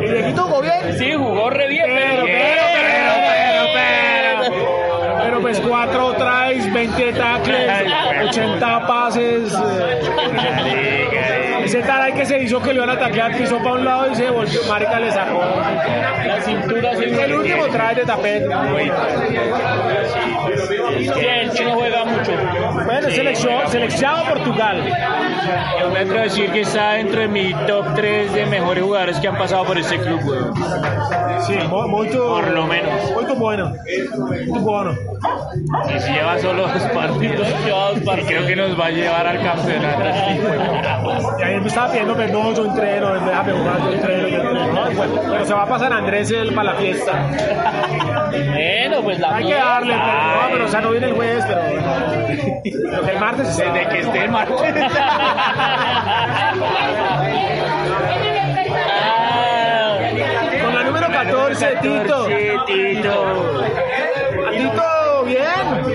S2: Y Dieguito jugó bien.
S3: Sí, jugó re bien, pero,
S2: Pero pues 4 tries, 20 tackles, 80 pases. eh. Ese taray que se hizo que le iban a taclear pisó para un lado y se volvió. Marica le sacó.
S3: La cintura sí
S2: El último try de tapete.
S3: Sí, el chino juega mucho.
S2: Bueno, selección, seleccionado Portugal.
S1: Yo me atrevo a decir que está dentro de mi top 3 de mejores jugadores que han pasado por este club, weón.
S2: Sí, mu- mucho.
S1: Por lo menos.
S2: Muito bueno. Muito bueno.
S1: Y si lleva solo dos partidos, y creo que nos va a llevar al campeonato.
S2: Y ahí me estaba pidiendo perdón, yo entreno, déjame jugar, yo entreno, yo entreno. Ay, bueno, pero se va para San Andrés el, para la fiesta.
S3: Bueno, pues la
S2: Hay que
S3: mierda.
S2: darle, pero, no, pero o sea, no viene el jueves, pero bueno. Pero que el martes está.
S1: Desde que esté mal.
S3: Ah,
S2: Con la número 14, Tito. Tito, bien.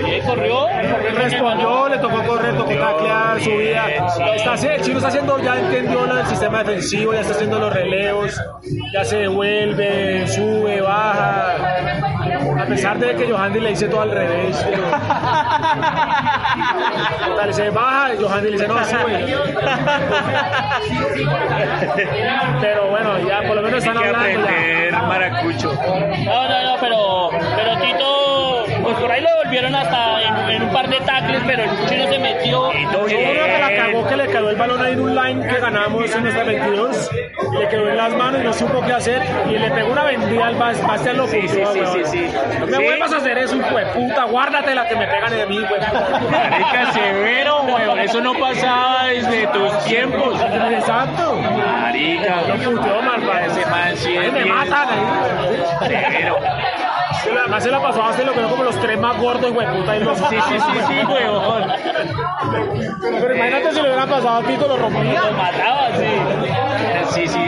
S3: ¿qué corrió?
S2: Respondió, le tocó correr, tocó taclear, subida. Está, haci- el chino está haciendo, ya entendió el sistema defensivo, ya está haciendo los relevos, ya se devuelve, sube, baja. A pesar de que Johanny le dice todo al revés. pero- Dale, se baja, Johanny le dice, no, sube. Pero bueno, ya por lo menos están
S1: que
S2: hablando. ya.
S1: aprender maracucho.
S3: No, no, no, pero, pero Tito, pues por ahí lo volvieron hasta en, en un par de tacles, pero el chino se metió.
S1: Tito
S2: Hubo uno que la
S1: bien.
S2: cagó, que le quedó el balón ahí en un line que ganamos en nuestra 22. Le quedó en las manos y no supo qué hacer. Y le pegó una vendida al Bas. Bas te lo
S1: Sí, sí,
S2: puteó,
S1: sí,
S2: weón.
S1: sí, sí.
S2: No me
S1: Sí.
S2: vuelvas a hacer eso, hijo de puta. Guárdatela que me pegan de mí, weón.
S1: Marica, severo, weón. Eso no pasaba desde tus tiempos.
S2: Exacto.
S1: Marica,
S2: Lo puteó mal,
S1: ese
S2: parece.
S1: man sí
S2: Ay,
S1: es
S2: me
S1: bien
S2: matan ahí.
S1: severo.
S2: Se la- Además se la pasó a lo que como los tres más gordos, güey, puta, y los...
S1: Sí, sí, sí, sí, weón.
S2: Pero imagínate si le hubiera pasado a Tito, lo rompía.
S3: Lo mataba, sí.
S1: Sí, sí.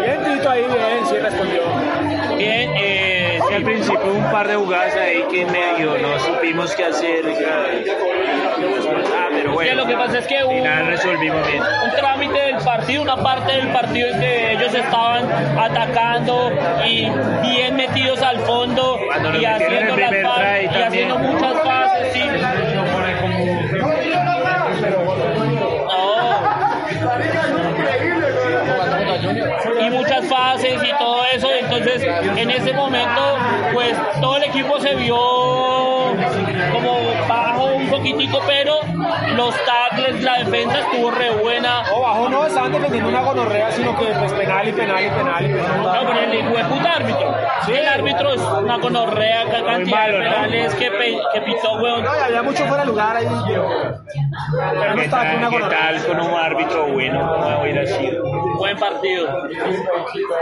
S2: Bien, Tito, ahí, bien, sí respondió.
S1: Bien, eh, sí, al principio hubo un par de jugadas ahí que medio no supimos qué hacer. Ah, pero bueno.
S3: Que lo que pasa es que
S1: al
S3: hubo-
S1: final resolvimos bien.
S3: un trámite del partido, una parte del partido en que ellos estaban atacando y bien metidos al fondo
S1: Cuando nos
S3: y
S1: metieron el
S3: haciendo, las
S1: primer
S3: pas-
S1: try
S3: y
S1: también.
S3: haciendo muchas pases. Sí. No. Y muchas fases y todo eso, entonces en ese momento pues todo el equipo se vio como bajo un poquitico, pero los tackles, la defensa estuvo re buena,
S2: No, bajó no, estaban defendiendo una gonorrea, sino que pues penal y penal y penal y
S3: No,
S2: penal.
S3: pero el hijo de puta árbitro. El árbitro es una conorrea, que cantidad
S1: malo,
S3: de
S1: ¿no?
S3: penales que, pe- que pitó, weón.
S2: No, y había mucho fuera de lugar ahí, pero pero no
S1: ¿Qué
S2: estaba con una
S1: tal, qué
S2: gonorrea.
S1: tal con un árbitro bueno? ¿Cómo hubiera sido?
S3: Buen partido.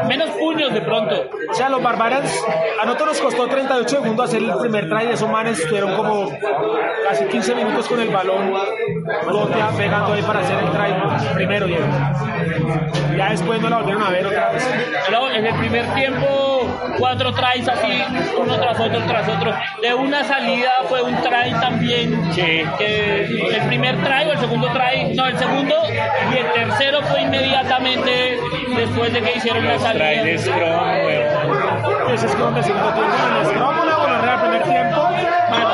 S3: Menos puños de pronto.
S2: O sea, los Barbarians, a nosotros nos costó 38 segundos hacer el primer try, esos manes estuvieron como casi 15 minutos con el balón, botea, pegando ahí para hacer el try primero, Diego. Ya después no la volvieron a ver otra vez.
S3: Pero en el primer tiempo, cuatro tries así, uno tras otro, tras otro. De una salida fue un try también. que el primer try o el segundo try, no, el segundo y el tercero fue inmediatamente después de que hicieron la salida.
S1: Trae de Strong, weón.
S2: Ese es como el segundo tiempo. Bueno, es como una gonorrea al primer tiempo. Bueno.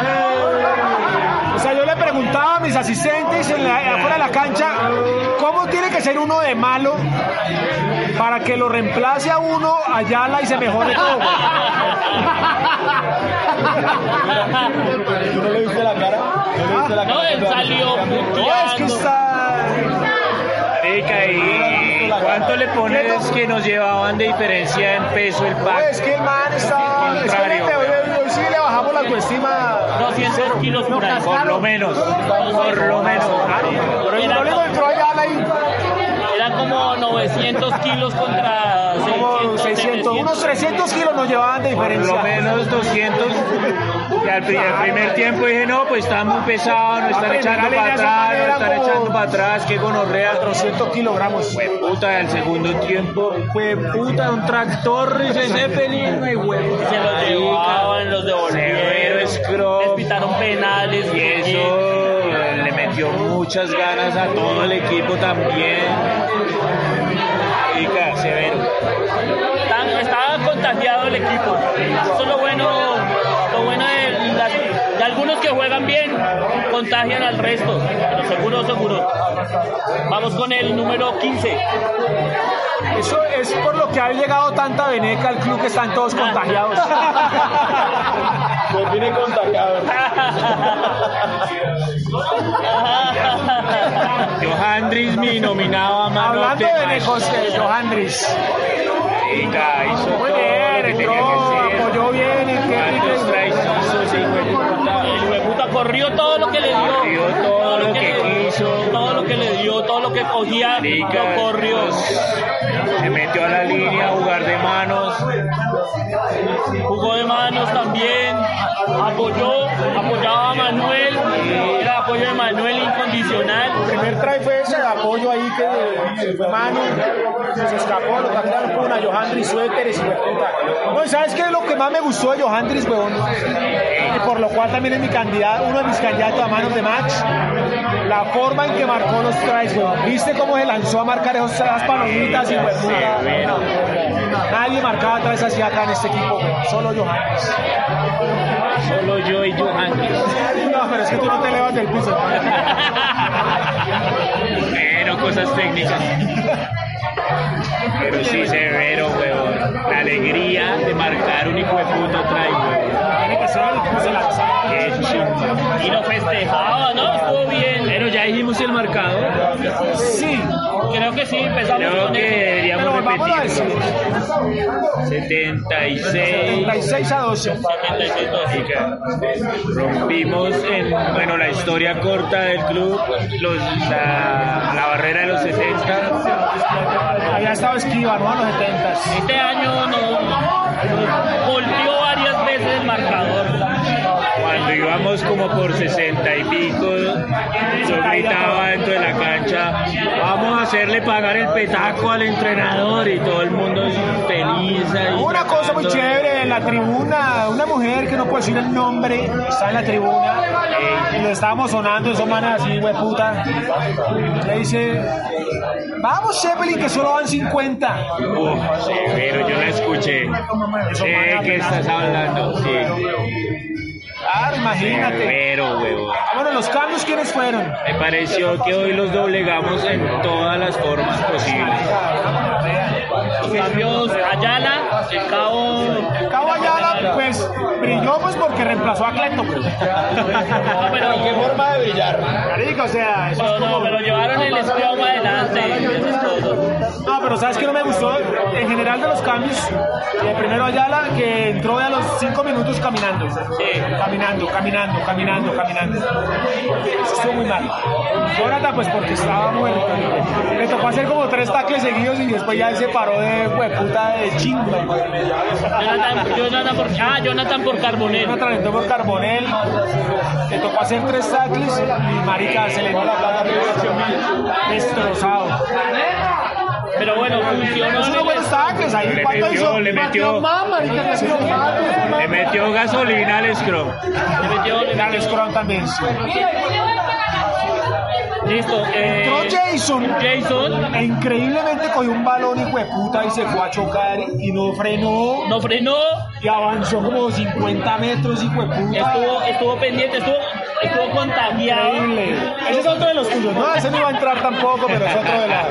S2: Eh, O sea, yo le preguntaba a mis asistentes en la- afuera de la cancha cómo tiene que ser uno de malo para que lo reemplace a uno Ayala y se mejore todo.
S4: ¿No le viste la cara? ¿No le viste la
S3: No, él salió
S2: No, Ah, es que
S3: puteando.
S2: está...
S1: Marica, ¿y cuánto le pones que nos llevaban de diferencia en peso el
S2: no,
S1: pack?
S2: Es Pues que el man está... Es que
S1: Contrario,
S2: le- hoy, hoy sí le bajamos la autoestima.
S3: 200 kilos por ahí.
S1: Por lo menos, por lo menos.
S2: Pero y no le encontró Ayala ahí
S3: Eran como 900 kilos contra
S2: como 600,
S3: 600, 700.
S2: unos 300 kilos nos llevaban de
S1: Por lo
S2: diferencia.
S1: menos 200. Y al, pri- al primer tiempo dije, no, pues está muy pesado, nos están
S2: Papi,
S1: echando
S2: dale,
S1: para
S2: ya se
S1: atrás,
S2: manera
S1: nos están
S2: como-
S1: echando para atrás, qué gonorrea.
S2: 400 kilogramos.
S1: Fue puta, el segundo tiempo, fue puta, un tractor, y se Zeppelin, güey, huevo.
S3: Se los llevaban, los
S1: Severo
S3: devolvieron.
S1: scrub.
S3: Les pitaron penales.
S1: Y
S3: bien.
S1: eso eh, le metió muchas ganas a todo el equipo también. Marica, severo.
S3: Tan- estaba contagiado el equipo. Eso es lo bueno, lo bueno de, las- de algunos que juegan bien, contagian al resto. Pero seguro, seguro. Vamos con el número 15.
S2: Eso es por lo que ha llegado tanta veneca al club que están todos contagiados.
S4: Pues vine contagiado.
S1: Johandris mi nominaba más
S2: Hablando de venecos, eh, Johandris.
S1: Marica, hizo todo
S2: Ah,
S1: lo
S2: Muy bien,
S1: que tenía
S2: entró,
S1: que hacer.
S2: apoyó bien y qué
S1: ¿Cuántos
S2: rico.
S1: tries hizo ese hijo de puta?
S3: El hueputa corrió todo lo que le dio.
S1: Corrió todo lo que
S3: le-
S1: quiso.
S3: Todo lo que le dio, todo lo que cogía,
S1: Marica,
S3: lo corrió.
S1: Se metió a la línea a jugar de manos.
S3: Jugó de manos también. Apoyó, apoyaba a Manuel. Era apoyo de Manuel incondicional.
S2: El primer try fue ese de apoyo ahí que fue mano, se escapó, lo tacaron con una Johandris suéteres y fue puta. No, ¿y ¿sabes qué es lo que más me gustó de Johandris, weón? Y por lo cual también es mi candidato, uno de mis candidatos a manos de match. La forma en que marcó los tries, weón. ¿Viste cómo se lanzó a marcar esos tras palomitas y fue puta?
S1: Severo.
S2: pues, Nadie marcaba atrás hacia acá en este equipo, weón. solo Johannes.
S1: Solo yo y Johan.
S2: No, pero es que tú no te elevas del piso.
S1: Pero cosas técnicas. Pero sí, severo, weón. La alegría de marcar un hijo de puta trae, weón. Qué chimba.
S3: Y lo festejaba, ¿no? Estuvo bien.
S1: Pero ya dijimos el marcador.
S2: Sí,
S3: Creo que sí, empezamos
S1: Creo
S3: con
S1: que
S3: eso.
S2: pero
S1: deberíamos
S2: volvamos a
S1: repetir.
S2: decir,
S1: 76.
S2: 36 a 12.
S1: Así que rompimos en bueno la historia corta del club, los, la, la barrera de los 70.
S2: Había estado esquiva, ¿no? A los 70.
S3: Este año nos, nos volteó varias veces el marcador.
S1: Cuando íbamos como por 60 y pico, yo gritaba dentro de la cancha, vamos a hacerle pagar el petaco al entrenador y todo el mundo feliz ahí.
S2: Una cosa muy
S1: tratando.
S2: chévere en la tribuna, una mujer que no puedo decir el nombre, está en la tribuna y lo estábamos sonando en semana así, güey puta. Le dice, vamos Zeppelin que solo van 50.
S1: Uf, severo, yo la escuché. Sé que estás hablando, sí.
S2: Claro, imagínate. Ah,
S1: Severo, huevón.
S2: Bueno, los cambios quiénes fueron.
S1: Me pareció que hoy los doblegamos en todas las formas posibles.
S3: Los cambios Ayala, el cabo.
S2: Cabo Ayala, pues brilló pues porque reemplazó a Cleto.
S3: No, pero,
S8: forma de brillar.
S2: Marica, o sea, eso
S3: pero
S2: es
S3: no,
S2: como-
S3: pero llevaron el esclavo adelante. Eso es todo.
S2: No, pero ¿sabes qué no me gustó? En general de los cambios, el primero Ayala que entró a los 5 minutos caminando. Caminando, caminando, caminando, caminando. Eso estuvo muy mal. Jonathan, pues porque estaba muerto. Le tocó hacer como tres tacles seguidos y después ya él se paró de hueputa de chingo.
S3: Jonathan, Jonathan por, ah, Jonathan por Carbonero.
S2: Jonathan entró por Carbonel. Le tocó hacer tres tacles y marica se le dio la plata destrozado.
S3: Pero bueno,
S2: Es unos
S3: funcionó.
S2: buenos tacles ahí.
S1: Le
S2: ¿Cuánto
S1: metió,
S2: hizo?
S1: le metió.
S2: más, marica, le metió más, güey.
S1: Le metió gasolina al Scrum.
S3: le metió-
S2: Era el Scrum también. sí.
S3: Listo. eh,
S2: Entró Jason.
S3: Jason
S2: e Increíblemente cogió un balón y puta y se fue a chocar y no frenó
S3: no frenó,
S2: y avanzó como 50 metros y
S3: estuvo,
S2: puta.
S3: estuvo pendiente, estuvo, estuvo contagiado.
S2: Increíble. Ese es otro de los tuyos. No, ese no iba a entrar tampoco, pero es otro de la,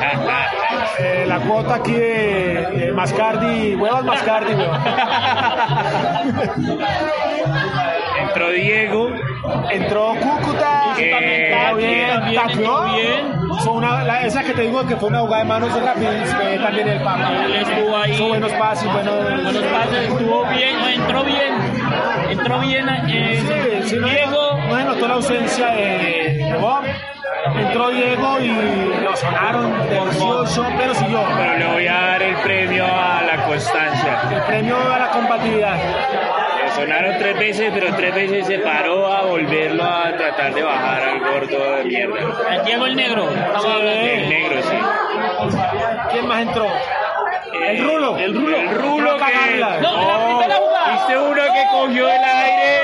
S2: eh, la cuota aquí de eh, Mascardi. Huevas Mascardi, huevón.
S1: Entró Diego.
S2: Entró Cúcuta.
S1: Eh,
S2: Está bien,
S3: también,
S2: tapió.
S3: estuvo bien.
S2: Fue una- la- esa que te digo que fue una jugada de manos de Rapidis, fue también el Papa.
S3: Él estuvo ahí.
S2: Hizo buenos pases, buenos,
S3: Buenos pases, estuvo bien, no, entró bien. Entró bien eh,
S2: Sí, sí, no,
S3: Diego.
S2: No se notó la ausencia de, de Bob. Entró Diego y lo sonaron delicioso, pero siguió.
S1: Pero le voy a dar el premio a la constancia.
S2: El premio a la compatibilidad.
S1: Le sonaron tres veces, pero tres veces se paró a volverlo a tratar de bajar al gordo de mierda.
S3: A Diego el negro. estamos hablando de él.
S1: El negro, sí.
S2: ¿Quién más entró? El Rulo.
S1: El rulo. El rulo
S2: Roca
S1: que...
S2: Ávila.
S3: No, la primera jugada.
S1: Viste uno que cogió el aire.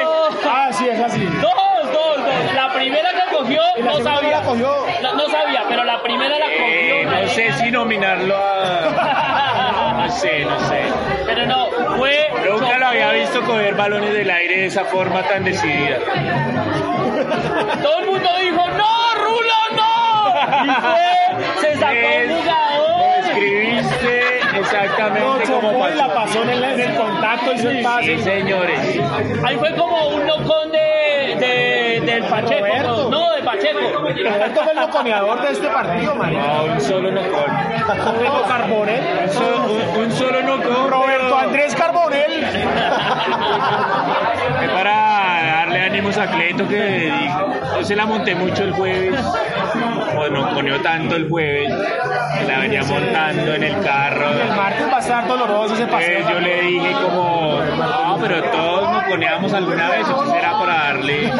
S2: Ah, sí, es así.
S3: Dos, dos, dos. La primera que cogió
S2: La
S3: no
S2: segunda
S3: sabía.
S2: la cogió.
S3: No, no sabía, pero la primera la
S1: Eh,
S3: cogió.
S1: no sé si nominarlo a... No sé, no sé.
S3: Pero no, fue.
S1: Nunca
S3: chocó.
S1: lo había visto coger balones del aire de esa forma tan decidida.
S3: Todo el mundo dijo, ¡No, Rulo, no! Y fue, se sacó
S1: Es-
S3: un jugador.
S1: Escribiste
S2: No,
S1: exactamente como
S2: chocó y la
S1: pasó.
S2: pasó en el, en el contacto, hizo el
S1: Sí,
S2: pase.
S1: señores.
S3: Ahí fue como un locón de, de- del Pacheco.
S2: Roberto.
S3: No, de Pacheco.
S2: Roberto fue el loconeador de este partido, marica.
S1: No, un solo nocón.
S2: Roberto Carbonel.
S1: Un solo, un, un solo nocón.
S2: Roberto Andrés Carbonel.
S1: Es para darle ánimos a Cleto que no se la monté mucho el jueves. O no coneó tanto el jueves. que La venía montando en el carro.
S2: El martes va a estar doloroso ese
S1: Pues
S2: paseo.
S1: yo le dije como, no, pero todos como poníamos alguna vez, entonces era para darle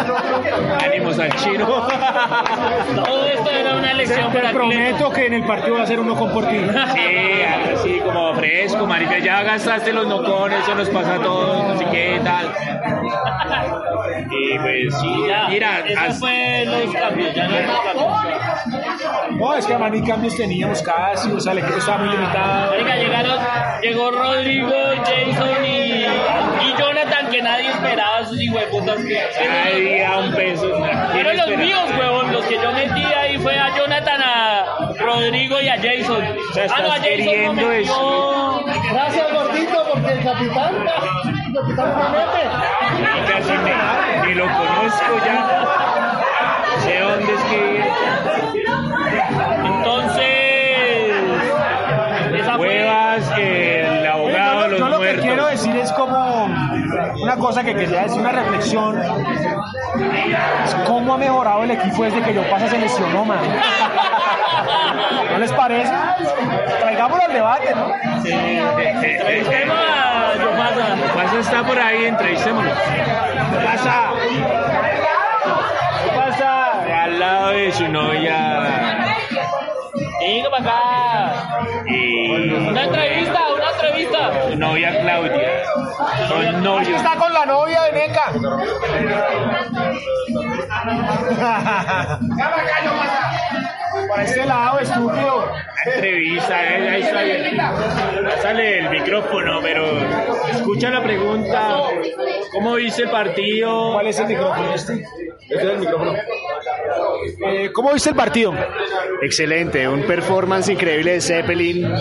S1: ánimos al chino.
S3: Todo esto era una lección para Cleto.
S2: Prometo que en el partido va a ser uno con por ti.
S1: Sí, algo así como fresco, marica, ya gastaste los nocones, eso nos pasa a todos, no sé qué, tal. Y pues sí,
S3: Ya,
S1: mira,
S3: esos
S1: as-
S3: fue los cambios, ya no hay más cambios.
S2: No, es Pues que a Maní cambios teníamos casi, o sea, el equipo estaba muy limitado.
S3: Marica, llegaron, llegó Rodrigo, Jason y, y Jonathan, que nadie esperaba sus hijueputas.
S1: Ay, a un peso.
S3: Fueron los míos, huevón, los que yo metí ahí fue a Jonathan, a Rodrigo y a Jason.
S1: sea,
S3: ah, no, a
S1: estás
S3: Jason no
S1: queriendo eso.
S3: metió-
S8: Gracias, gordito, porque el capitán, el capitán me mete.
S1: Casi me, ni lo conozco ya. Sé dónde es que
S3: Entonces, esa fue...
S1: huevas, que el abogado
S2: Yo
S1: de
S2: lo-
S1: los
S2: yo lo que
S1: muertos.
S2: quiero decir es como una cosa que quería decir, una reflexión. Es cómo ha mejorado el equipo desde que yo pasa se lesionó, man. ¿No les parece? Traigámoslo al debate, ¿no?
S3: Traemos a Yomasa.
S1: Pasa está por ahí, entrevistémonos. Pasa. Pasa. Al lado de su novia.
S3: Vino para acá.
S1: Y
S3: Una entrevista, una entrevista.
S1: su novia Claudia. Son novios.
S2: Está con la novia de Neca. Por este lado, estúpido.
S1: Entrevista, eh, ahí está bien. Sale el micrófono, pero escucha la pregunta. ¿Cómo viste el partido?
S2: ¿Cuál es el micrófono este? es el micrófono. ¿Cómo viste el partido?
S9: Excelente, un performance increíble de Zeppelin.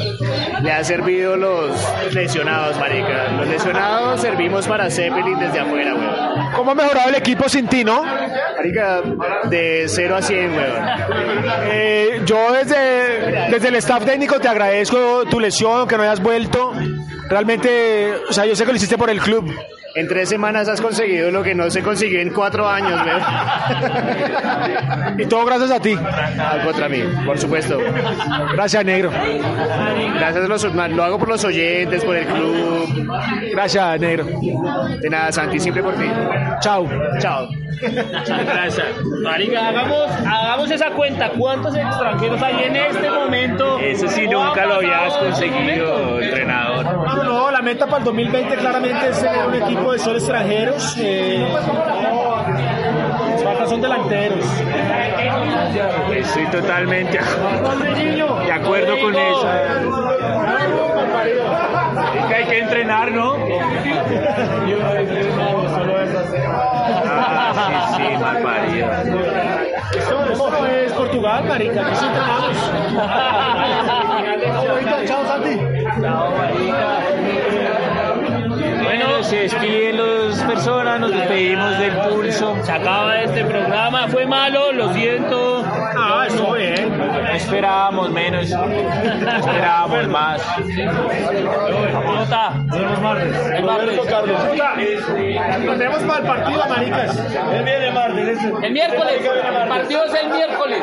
S9: Le ha servido los lesionados, marica. Los lesionados servimos para Zeppelin desde afuera, weón.
S2: ¿Cómo ha mejorado el equipo sin ti, no?
S9: Marica, de 0 a 100, weón.
S2: Eh, yo desde, desde el staff técnico te agradezco tu lesión, que no hayas vuelto. Realmente, o sea, yo sé que lo hiciste por el club.
S9: En tres semanas has conseguido lo que no se consiguió en cuatro años, weón.
S2: Y todo gracias a ti.
S9: Ah, Contra mí, por supuesto.
S2: Gracias, negro.
S9: Gracias a los lo hago por los oyentes, por el club.
S2: Gracias, negro.
S9: De nada, Santi, siempre por ti.
S2: Chao.
S9: Chao.
S3: Gracias. Marica, hagamos, hagamos esa cuenta. ¿Cuántos extranjeros hay en este momento?
S1: Eso sí,
S3: ¿O han
S1: nunca lo habías
S3: pasado en este momento?
S1: conseguido, entrenador.
S2: No, no, la meta para el 2020 claramente es tener un equipo de solo extranjeros. Eh, las faltas son delanteros.
S1: Estoy totalmente de acuerdo con eso. Es que hay que entrenar, ¿no? Ah, sí, sí, mal parido.
S2: Eso, eso no es Portugal, marica. Aquí sí entrenamos.
S1: Bueno, se despiden las personas, nos despedimos del pulso.
S3: Se acaba este programa. Fue malo, lo siento.
S2: Ah, eso bien.
S1: No esperábamos menos, no esperábamos más.
S3: ¿Cómo está? El martes.
S2: Nos vemos para el partido, maricas. Él viene martes. ese.
S3: El miércoles. El partido es el miércoles.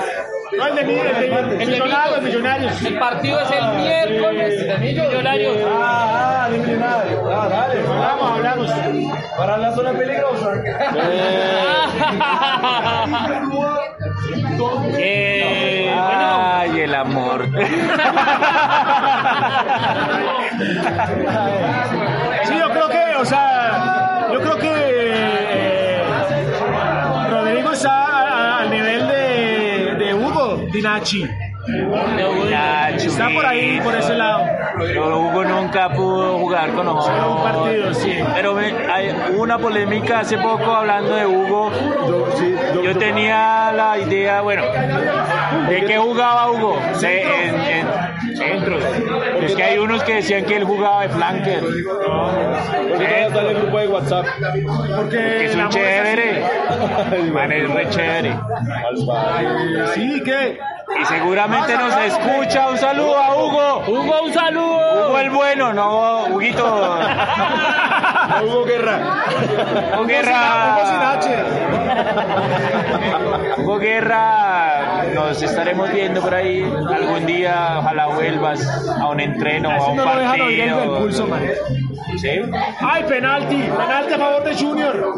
S2: No, el de mí, el de martes.
S3: El de mí.
S2: Millonarios, millonarios.
S3: El partido es el miércoles. De Millonarios.
S4: Ah, de millonario. Ah, dale.
S2: Hablamos, hablamos.
S4: Para la zona peligrosa.
S1: Eh, Ay, el amor.
S2: Sí, yo creo que, o sea, yo creo que eh, Rodrigo está a- a- al nivel de, de Hugo Dinachi.
S1: Nacho,
S2: Está por ahí, por ese lado.
S1: Pero Hugo nunca pudo jugar con nosotros.
S2: Un partido, sí.
S1: Pero me- hay hubo una polémica hace poco hablando de Hugo. Yo tenía la idea, bueno, ¿de qué jugaba Hugo? De, en, en centros. Es que hay unos que decían que él jugaba de flanker.
S4: Porque
S1: Centro,
S4: todo el grupo de WhatsApp.
S1: Que es un chévere. Man, es re chévere.
S2: Sí, ¿qué?
S1: Y seguramente nos escucha. Un saludo a Hugo.
S3: Hugo, un
S1: Hugo
S3: saludo.
S1: el bueno, no, Huguito.
S4: Hugo Guerra.
S1: Hugo Guerra. Hugo Guerra, nos estaremos viendo por ahí algún día. Ojalá vuelvas a un entreno, a un
S2: No lo dejan oír el del
S1: partido.
S2: pulso, man. ¡Ay, penalti! Penalti a favor de Junior.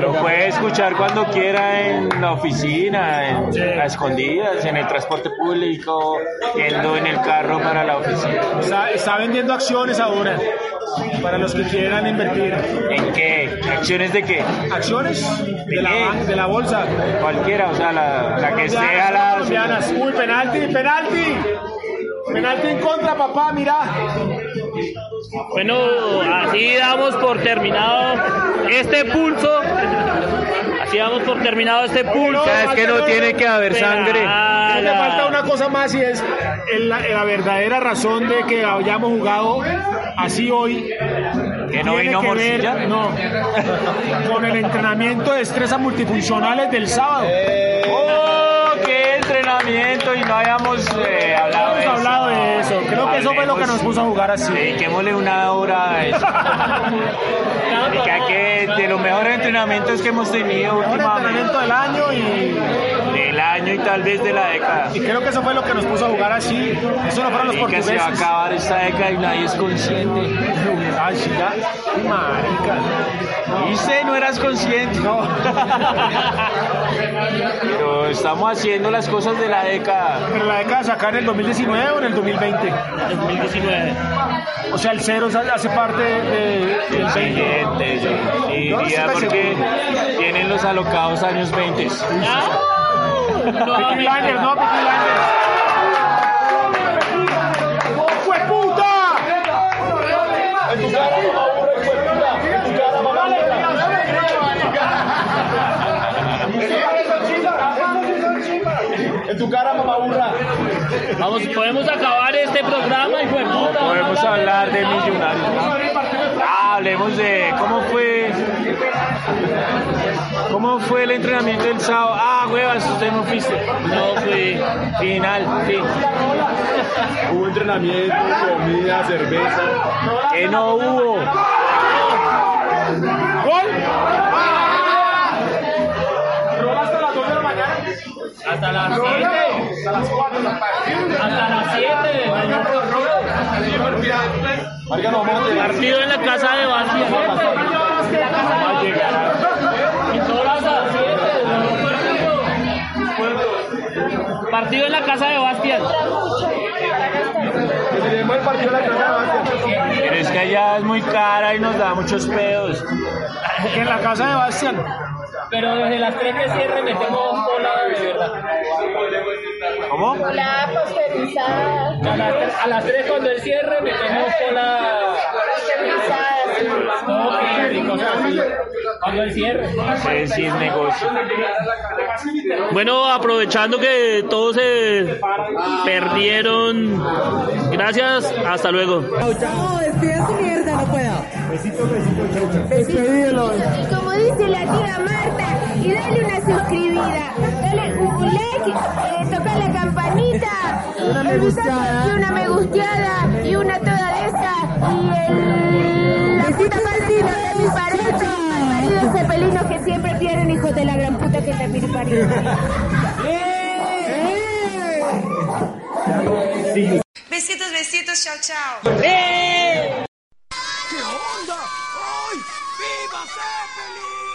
S1: Lo puede escuchar cuando quiera en la oficina, en a escondidas, en el transporte público, yendo en el carro para la oficina.
S2: Está, está vendiendo acciones ahora. Para los que quieran invertir.
S1: ¿En qué? ¿Acciones de qué?
S2: Acciones de la, ban- de la bolsa.
S1: Cualquiera, o sea, la, la que sea
S2: Colombianas,
S1: la...
S2: colombianas. Uy, penalti, penalti. Penalti en contra, papá, mira.
S3: Bueno, así damos por terminado este pulso. Así damos por terminado este pulso.
S9: Es que no tiene que haber sangre.
S2: Creo que
S3: Penal.
S2: falta una cosa más y es el- la, la verdadera razón de que hayamos jugado así hoy.
S1: Que no
S2: Tiene
S1: vino
S2: que ver-
S1: morcilla.
S2: No. Con el entrenamiento de destrezas multifuncionales del sábado.
S1: ¡Oh, qué entrenamiento! Y no habíamos eh, hablado de
S2: Hemos
S1: eso.
S2: hablado de eso. Creo que eso fue lo que
S1: Hablemos.
S2: nos puso a jugar así.
S1: Dediquémosle una hora a eso. Y que aquí, de los mejores entrenamientos que hemos tenido
S2: Mejor
S1: últimamente,
S2: entrenamiento del año y,
S1: del año y tal vez de la década.
S2: y creo que eso fue lo que nos puso a jugar así. Eso no fueron los
S1: Y que se va a
S2: portugueses.
S1: acabar esta década y nadie es consciente.
S2: Ay, sí, ya. Uy, marica.
S1: Dice, no eras consciente. Pero estamos haciendo las cosas de la década.
S2: Pero la década de sacar en el 2019 o en el 2020.
S3: 2019.
S2: O sea, el cero hace parte de- del
S1: El
S2: 20.
S1: siguiente, yo diría porque tienen los alocados años 20.
S2: Peaky Blinders, no, Peaky Blinders.
S8: En tu cara, mamá burra.
S3: Vamos, podemos acabar este programa y fue puta.
S1: Podemos hablar de millonarios. ¿no? Ah, hablemos de cómo fue. ¿Cómo fue el entrenamiento del sábado? Ah, huevas, usted no fuiste.
S3: No fui.
S1: Final, fin.
S8: Hubo entrenamiento, comida, cerveza.
S1: Que no hubo.
S3: Hasta las 7. Hasta las 7.
S8: Marica, no vamos a tener.
S3: Partido en la casa de Barcia. Y todas a las 7. Partido en la casa de Bastián.
S8: Que tenemos el partido de la casa de Valencia.
S1: Pero es que allá es muy cara y nos da muchos pedos.
S2: Que en la casa de Bastian.
S3: Pero desde las 3 de cierre metemos cola de verdad.
S1: ¿Cómo?
S10: Hola, posterizada.
S3: A las, a las 3 cuando el cierre metemos cola.
S10: Posterizada, sí.
S3: No, qué rico, o sea, sí. Cuando el cierre.
S1: Ese sí es negocio.
S3: Bueno, aprovechando que todos se perdieron. Gracias, hasta luego.
S11: No, despida su mierda, no puedo. Despedídelo.
S10: Como dice la tía Marta, y dale una suscribida, dale un like, eh, toca la campanita,
S11: Una me gusteada.
S10: y una me gusteada, y una toda esa, y el, la puta parte de mi pareja, maridos cepelinos que siempre tienen hijos de la gran puta que también parió.
S11: Besitos, besitos, chao, chao.
S8: ¡Viva Zeppelin!